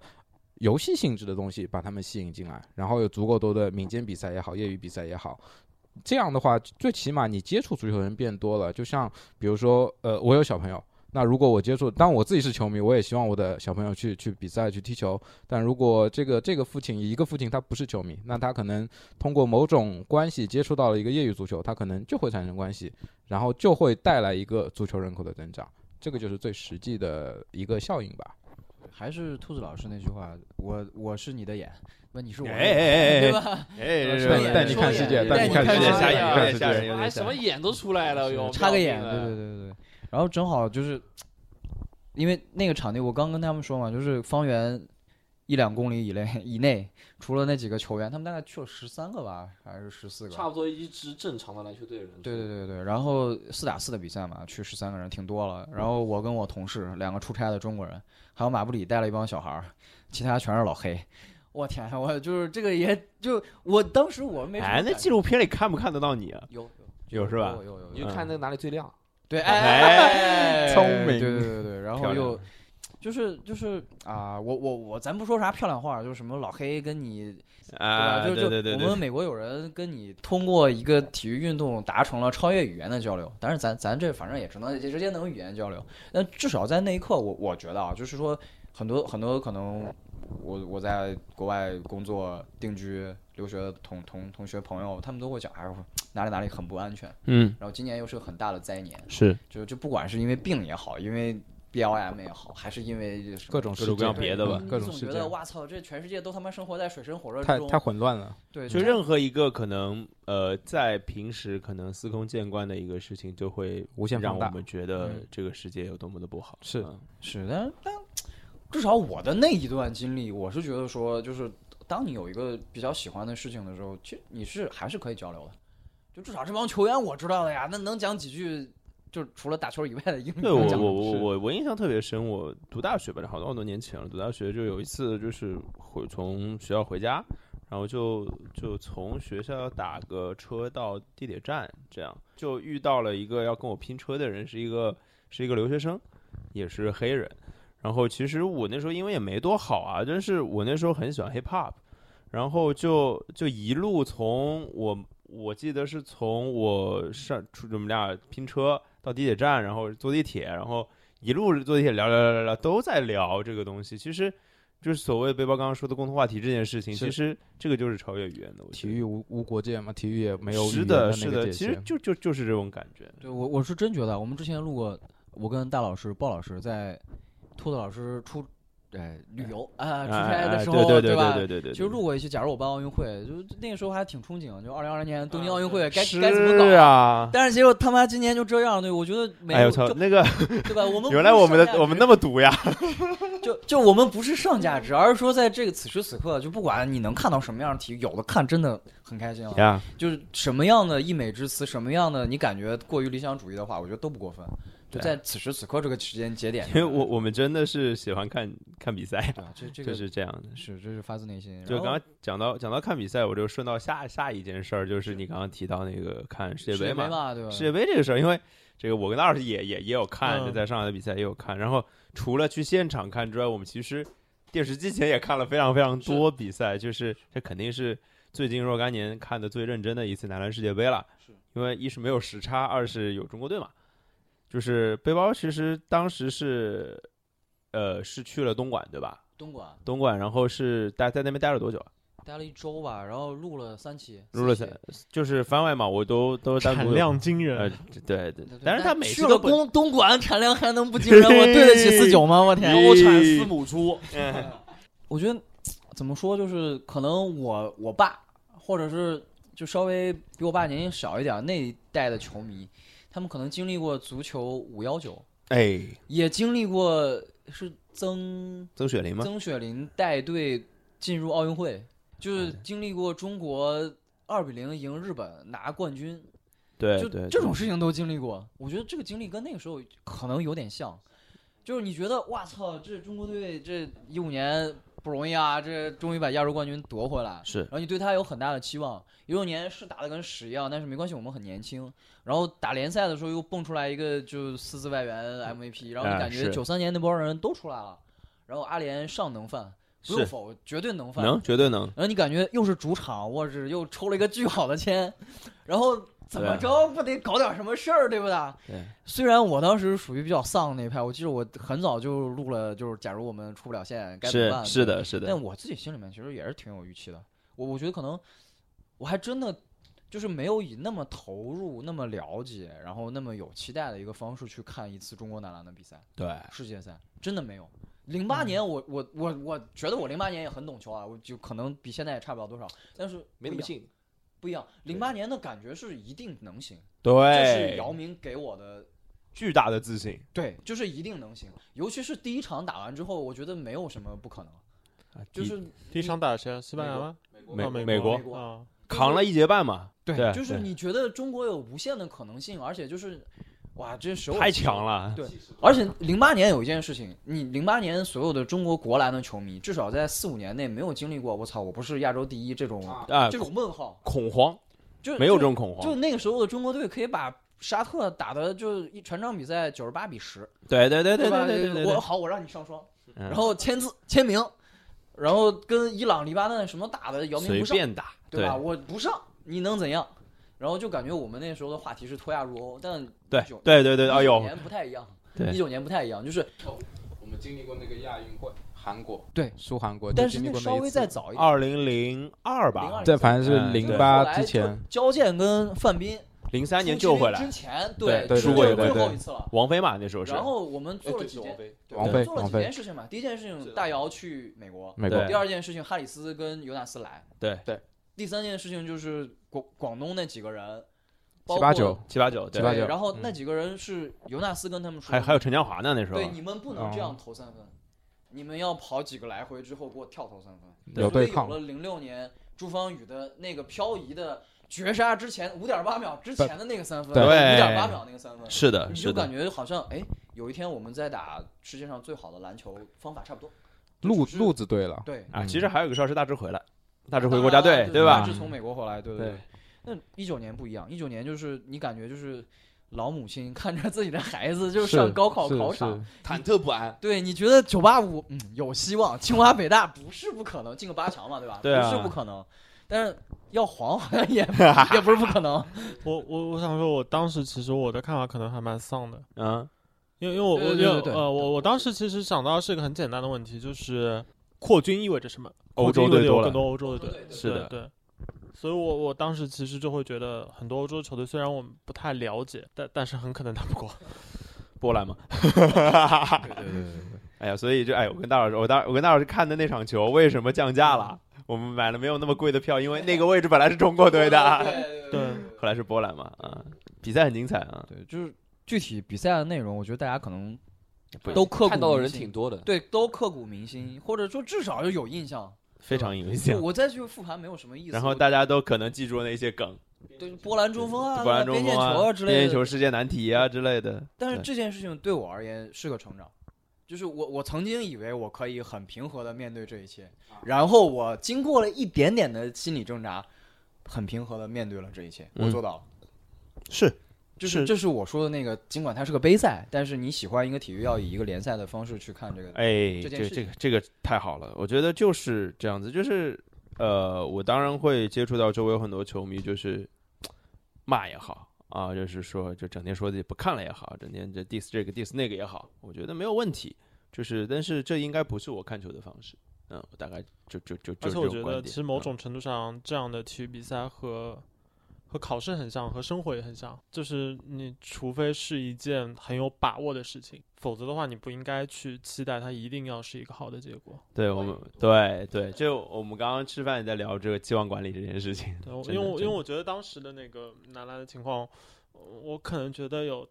游戏性质的东西把他们吸引进来，然后有足够多的民间比赛也好，业余比赛也好，这样的话，最起码你接触足球的人变多了。就像比如说，呃，我有小朋友，那如果我接触，当然我自己是球迷，我也希望我的小朋友去去比赛去踢球。但如果这个这个父亲一个父亲他不是球迷，那他可能通过某种关系接触到了一个业余足球，他可能就会产生关系，然后就会带来一个足球人口的增长。这个就是最实际的一个效应吧。
还是兔子老师那句话，我我是你的眼，那你是我
哎
的
哎
眼，
哎
对
哎
吧？
哎，这
对
是
带你看
世界
带
带
你
你
看
看
世
世
界，
界
有点吓
带
人，有点
你看世界
吓人，有
哎，
点吓
什么
人。
眼都出来了哟！
插个眼，
不
对
要命
对
了
对对对。然后正好就是，因为那个场地，我刚跟他们说嘛，就是方圆一两公里以内以内，除了那几个球员，他们大概去了十三个吧，还是十四个？
差不多一支正常的篮球队的人数。
对对对对，然后四打四的比赛嘛，去十三个人，挺多了。然后我跟我同事两个出差的中国人，还有马布里带了一帮小孩儿，其他全是老黑。我天啊，我就是这个也就我当时我没什么
哎，那
感
纪录片里看不看得到你啊？
有
有是吧
有？有有
你
有
就看那个哪里最亮。
对，
哎
哎，
聪
对
明
对对对，然
漂
后
亮
又就是就是啊、我我我，咱不说啥漂亮话，就是什么老黑跟你
啊，
对吧？
对
就
对
就
对
我
对
们，美国有人跟你通过一个体育运动达成了超越语言的交流，但是咱咱这反正也只能也直接能语言交流。但至少在那一刻，我我觉得啊，就是说很多很多可能我我在国外工作定居留学的同同同学朋友，他们都会讲，哎呦哪里哪里很不安全，
嗯，
然后今年又是个很大的灾年，
是
就就不管是因为病也好，因为 BLM 也好，还是因为什么
各种
各
事
种各样
件
别的吧
嗯
你
各种
总
事
觉
件
得，哇操，这全世界都他妈生活在水深火热之
太
中，
太混乱了。
对，
就任何一个可能呃，在平时可能司空见惯的一个事情，就会
无限
让
放大
我们觉得
嗯
这个世界有多么的不好。
是
嗯
是，但但至少我的那一段经历，我是觉得说，就是当你有一个比较喜欢的事情的时候，其实你是还是可以交流的。就至少这帮球员我知道的呀，那能讲几句，就除了打球以外的英语
对
能
我
讲。
我我
嗯是
我我印象特别深，我读大学吧，好多好多年前了。读大学就有一次，就是回从学校回家，然后就就从学校打个车到地铁站，这样就遇到了一个要跟我拼车的人，是一个是一个留学生，也是黑人。然后其实我那时候英文也没多好啊，但是我那时候很喜欢 hip hop，然后就就一路从我我记得是从我上出我们俩拼车到地铁站，然后坐地铁，然后一路坐地铁聊聊聊聊聊，都在聊这个东西。其实就是所谓背包刚刚说的共同话题这件事情，
是
其实这个就是超越语言的。我觉
体
得
育无无国界嘛，体育也没有
是
语言
的，
那
是
个
的，
界
其实
限
就就就是这种感觉。
对我我是真觉得，我们之前录过，我跟大老师、鲍老师在兔子老师出呃旅游啊出差
哎哎
的
哎
时
对
候，
对对
吧
对？对对，
其实录过一期，假如我办奥运会，就是那个时候还挺憧憬，就二零二零年东京奥运会该
是
该怎么搞。
啊？
但是结果他妈今年就这样，对我觉得没
哎呦
有，
我操，
就
那个
对吧？ 我们
原来我们的我们那
么
么毒呀！
就就我们不是上价值，而是说在这个此时此刻，就不管你能看到什么样的体育，有的看真的很开心 啊。
呀，
就是什么样的溢美之词，什么样的你感觉过于理想主义的话，我觉得都不过分。就
对
在此时此刻这个时间节点
哎因，为我我们真的是喜欢看看比赛，
对吧？这这
就
个
是这样的。
是这是发自内心。
就
然后
刚刚讲到讲到看比赛，我就顺到下下一件事儿，就是你刚刚提到那个看世界
世界
杯嘛，
嘛，对吧？
世界杯这个事儿，因为这个我跟大老师也也也有看，
嗯
就在上海的比赛也有看。然后除了去现场看之外，我们其实电视机前也看了非常非常多比赛，就是这肯定是最近若干年看的最认真的一次男篮世界杯了。
是，
因为一是没有时差，二是有中国队嘛。就是背包其实当时是，呃，是去了东莞对吧？
东莞
东莞，然后是待在那边待了多久啊？
待了一周吧，然后录了三期，
录了
四
三
期，
就是番外嘛，我都都是单独
产
有
量惊
呃
人，，
对对
对对，
但是他
但
每
去
次
了
都不
东东莞，产量还能不惊人？我对得起四九吗？我天！
国产四母猪，
我觉得怎么说，就是可能我我爸，或者是就稍微比我爸年龄小一点那一代的球迷，他们可能经历过足球五幺九，
哎，
也经历过是曾
曾雪林吗？
曾雪林带队进入奥运会，就是经历过中国二比零赢日本拿冠军，
对
就
对，
这
对
种事情都经历过。我觉得这个经历跟那个时候可能有点像，就是你觉得哇操，这中国队这一五年不容易啊，这终于把亚洲冠军夺回来。
是
然后你对他有很大的期望，一六年是打的跟屎一样，但是没关系，我们很年轻。然后打联赛的时候又蹦出来一个就四字外援 MVP，然后
哎
你感觉
是
九三年那帮人都出来了，然后阿联上能犯，不用
是
否，绝对能犯。
能绝对能，
然后你感觉又是主场，我日，又抽了一个巨好的签， 然后怎么
对
着不得搞点什么事儿，对不对？
对。
虽然我当时属于比较丧那一派，我记得我很早就录了，就是假如我们出不了线该怎么
是
办？
是的，是的，
但我自己心里面其实也是挺有预期的。我我觉得可能我还真的就是没有以那么投入、那么了解，然后那么有期待的一个方式去看一次中国男篮的比赛。
对，嗯
世界赛，真的没有。零八年我、我我我觉得我零八年也很懂球啊，我就可能比现在也差不了多少，但是
没那
不一
么
样
近。
不一样。零八年的感觉是一定能行，这是
对
姚，明给我的，
巨大的自信
对，就是一定能行。尤其是第一场打完之后，我觉得没有什么不可能，
啊
就是
第一场打谁啊？西班牙吗？
美
啊
美
国
国
国
啊，
扛了一节半嘛，对
就是
对
你觉得中国有无限的可能性，而且就是哇，这手
太强。了，
对，而且零八年有一件事情，你零八年所有的中国国篮的球迷，至少在四五年内没有经历过，我操，我不是亚洲第一这种
啊
这，种问号，
恐慌
就
没有这种恐
就。就
慌，
那个时候的中国队可以把沙特打的，就一全场比赛九十八比十，
对对对对
吧？
对对对
我
对，
好，我让你上双，
嗯
然后签字签名，然后跟伊朗、黎巴嫩什么打的，姚明
随
不上，
便打，
对吧？我不上，你能怎样？然后就感觉我们那时候的话题是脱亚入欧，但
对
19
对对对，哎
19
呦，
年不太一样，
对
一九年不太一样，就是
呃
我们经历过那个亚运会，韩国
输韩国，
但
就是经历
那
过
稍
一
微
次
再早一点，
二零零二吧
02，
这反正
嗯
是
对
零
后
八
来
之
就
前，
焦剑跟范斌
零三年
出
救
吉林
回
之
来，
前
对
对
这
对
是
对
最
对
后一次了。
王菲嘛那时候是，
然后我们
哎
做了几件，
飞，
对
哎王
我
菲
们做了几
王菲
件事情嘛。第一件事情，
是
大姚去美国；
美
对
国
第二件事情，哈里斯跟尤纳斯来；
对
第三件事情就是广广东那几个人，包
七八
括
九，
七八九，对
七八
对
九
然后那几个人是尤纳斯跟他们说，
还还有陈江华呢那时候
对，你们不能这样投三分，你们要跑几个来回之后给我跳投三分。
对
有
所
对
以有
抗
了，零六年朱芳雨的那个漂移的绝杀之前五点八秒之前的那个三分，
对
五点八秒那个三分，
是的，
你
是
就
的
感，觉好像哎，有一天我们在打世界上最好的篮球方法差不多。
路
就是
路子对了，
对，
啊，
嗯
其实还有一个事儿是大智回来，大智回
当
国家
然了
队
就
对
是
吧？
是从美国回来，对
对
对。那一九年不一样，一九年就是你感觉就是老母亲看着自己的孩子就是上高考
是
考
是
场，
忐忑不安。
对，你觉得九八五嗯有希望，清华北大不是不可能进个八强嘛，对吧？
对啊
不是不可能，但是要黄 好像 也也不是不可能。
我我我想说，我当时其实我的看法可能还蛮丧的，
嗯，
因为因为我我
对对对
因为
对对
呃我我当时其实想到是一个很简单的问题，就是扩军意味着什么？
欧洲
扩军意
队
味着有
多
更多
了，
欧洲的队，
是的，
对。对所以我我当时其实就会觉得，很多欧洲球队虽然我们不太了解，但但是很可能打不 过。
波兰嘛。
对对对对。
哎呀，所以就哎，我跟大老师，我当我跟大老师看的那场球为什么降价了？我们买了没有那么贵的票，因为那个位置本来是中国队的，
对，
后来是波兰嘛，啊，比赛很精彩啊，
对，就是具体比赛的内容，我觉得大家可能
不
都刻骨
看到的人
铭心
挺多的。
对都刻骨铭心，或者说至少就有印象。
非常有
就
象。
我再去复盘没有什么意思。
啊然后
我
大家都可能记住那些梗，
对波兰中锋啊、
波兰中
边
锋
线球
啊
啊之类
边
的
线球世界难题啊之类的。
但是
对
这件事情对我而言是个成长，就是我我曾经以为我可以很平和的面对这一切，然后我经过了一点点的心理挣扎，很平和的面对了这一切，我
嗯
做到了。
是，
就是这是我说的那个，尽管它是个杯赛，但是你喜欢一个体育，要以一个联赛的方式去看这个。
哎，
这
这
件
个
事
这
情
个这个太好了，我觉得就是这样子，就是呃，我当然会接触到周围很多球迷，就是骂也好啊，就是说就整天说自己不看了也好，整天这 diss 这个 diss 那个也好，我觉得没有问题，就是但是这应该不是我看球的方式，嗯，我大概就就就就
而且
这
我
种
觉
观
得，
点
其实某
嗯
种程度上，这样的体育比赛和和考试很像，和生活也很像。就是你除非是一件很有把握的事情，否则的话，你不应该去期待它一定要是一个好的结果。
对我们对对，就我们刚刚吃饭也在聊这个期望管理这件事情，
对，我
真
因为
的
我因
真
为
的
我觉得当时的那个男篮的情况，呃我可能觉得有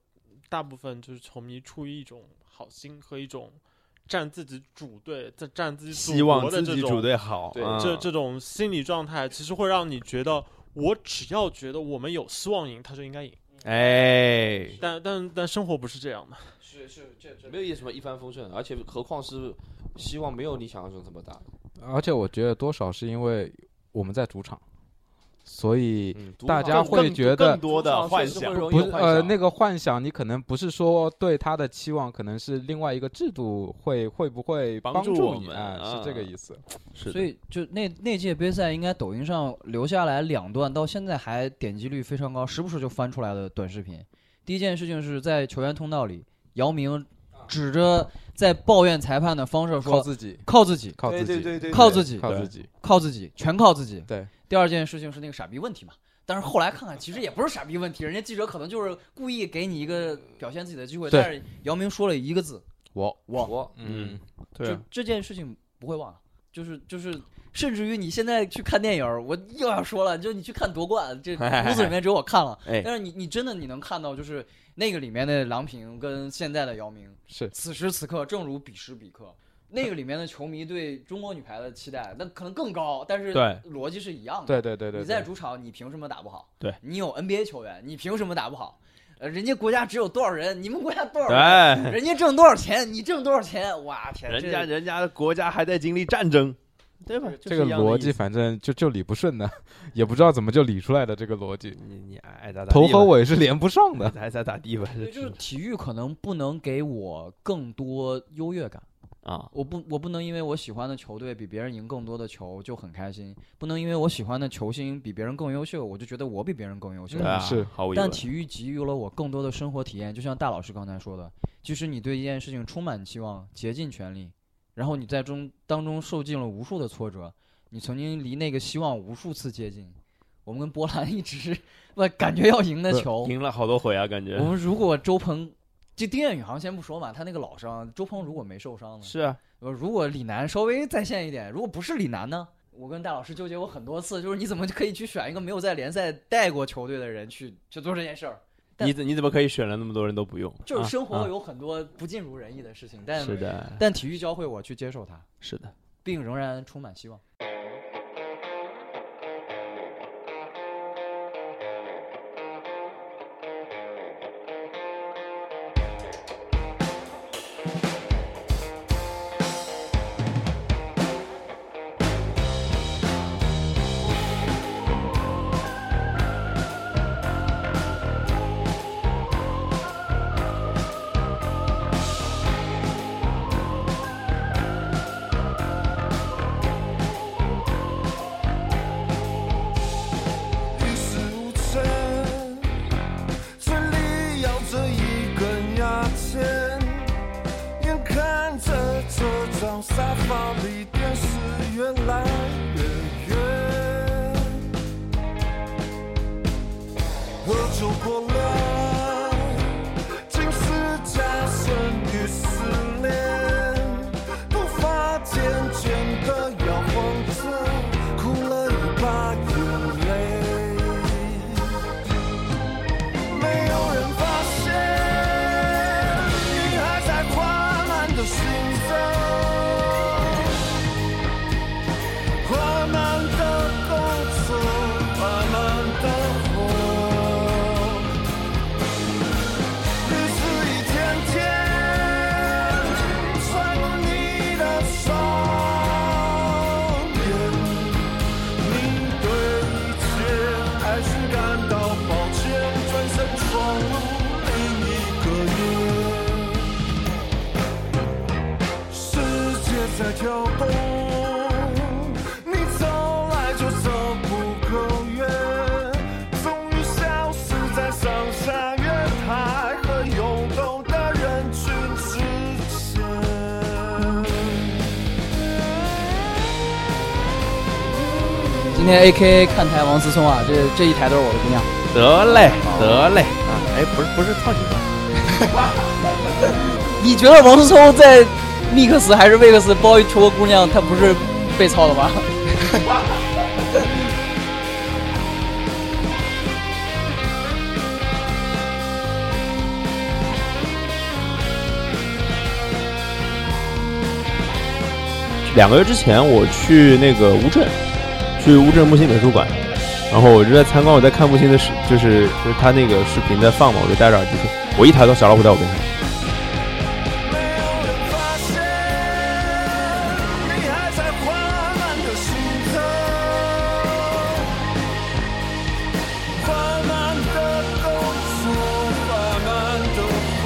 大部分就是球迷出于一种好心和一种站自己主队、站站自己
希
祖国
望
的
自
这
己
种
组队好，
对
嗯
这这种心理状态，其实会让你觉得，我只要觉得我们有希望赢，他就应该赢。
哎，
但但但生活不是这样的，
是是这这
没有什么一帆风顺，而且何况是希望没有你想象中这么大。
而且我觉得多少是因为我们在主场，所以
嗯
大家
更
会
更
觉得
更多的幻想，
不是呃那个幻想，你可能不是说对他的期望，可能是另外一个制度会会不会
帮
帮
助我
你
们
啊？是这个
啊
意思。
是
所以就那那届杯赛，应该抖音上留下来两段，到现在还点击率非常高，时不时就翻出来的短视频。第一件事情是在球员通道里，姚明指着在抱怨裁判的方式
靠
说
自己，：“
靠自己，
靠自己，
对
靠自己，
靠
对
自己。
靠自己，全靠自己。”
对。
第二件事情是那个傻逼问题嘛，但是后来看看，其实也不是傻逼问题，人家记者可能就是故意给你一个表现自己的机会，
对
但是姚明说了一个字
我：“
我
我
嗯
嗯，
对
就
啊，
这件事情不会忘，就是就是，甚至于你现在去看电影儿，我又要说了，就你去看夺冠，这屋子里面只有我看了，
哎
但是你你真的你能看到，就是那个里面的郎平跟现在的姚明，
是
此时此刻正如彼时彼刻。那个里面的球迷对中国女排的期待，那可能更高，但是
对
逻辑是一样的。
对对对对，
你在
对
主场，你凭什么打不好？
对，
你有 NBA 球员，你凭什么打不好？呃，人家国家只有多少人，你们国家多少人？
对，
哎
人家挣多少钱，你挣多少钱？哇天，
人
这
家人家的国家还在经历战争，对吧？
这个逻辑，，反正就就理不顺的， 也不知道怎么就理出来的这个逻辑，
你你爱咋咋地吧，
头和尾是连不上的。
还咋咋地吧，
对，就是体育可能不能给我更多优越感，
啊，
我不我不能因为我喜欢的球队比别人赢更多的球就很开心，不能因为我喜欢的球星比别人更优秀，我就觉得我比别人更优秀。
对啊
嗯是
毫无疑问
但，体育给予了我更多的生活体验，就像大老师刚才说的，即使你对一件事情充满期望，竭尽全力，然后你在中当中受尽了无数的挫折，你曾经离那个希望无数次接近。我们跟波兰 一直不感觉要赢的
不
球，
赢了好多回啊，感觉
我们如果周鹏，这丁彦雨航先不说嘛，他那个老伤，周鹏如果没受伤呢？
是啊，
呃如果李楠稍微在线一点，如果不是李楠呢？我跟大老师纠结过很多次，就是你怎么可以去选一个没有在联赛带过球队的人去去做这件事儿？但
你怎你怎么可以选了那么多人都不用？
就是
啊
生活
啊
有很多不尽如人意的事情，但
是的，
但体育教会我去接受它，
是的，
并仍然充满希望。
于事无成，嘴里咬着一根牙签，眼看着这张沙发里电视来的远，喝酒过量，尽是加深与思念，步伐渐渐的摇晃着，哭了一把眼泪。没有人发现，你还在缓慢的行走，缓慢的动作，缓慢的活，日子一天天穿过你的双眼。你对一切还是感到抱歉，转身闯入另一个夜。世界在跳动，你从来就走不够远，终于消失在上下月台和涌动的人群之间。
今天 A K 看台王思聪啊，这这一台都是我的姑娘。
得嘞，得嘞啊！哎，不是不是操你妈！
你觉得王思聪在密克斯还是魏克斯包一桌姑娘，他不是被操的吗？
两个月之前我去那个乌镇，去乌镇木心美术馆，然后我就在参观，我在看木心的视，就是就是他那个视频在放嘛，我就戴着耳机听，我一抬头小老虎在我边上，
没有人发现，你还在缓慢的行走，缓慢的动作，缓慢的活，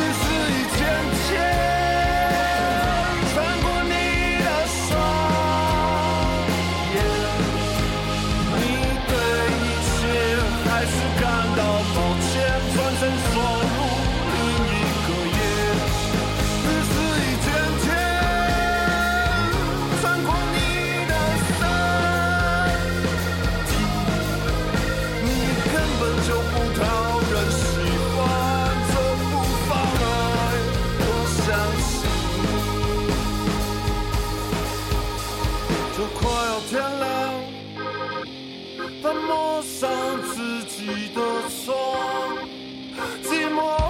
日子一天天穿过你的双眼。你对一切还是感到抱歉，转身闯入另一个夜，日子一天天穿过你的身体，你根本就不讨人喜欢，从不妨碍我相信你，就快要天亮。他抹上自己的霜，寂寞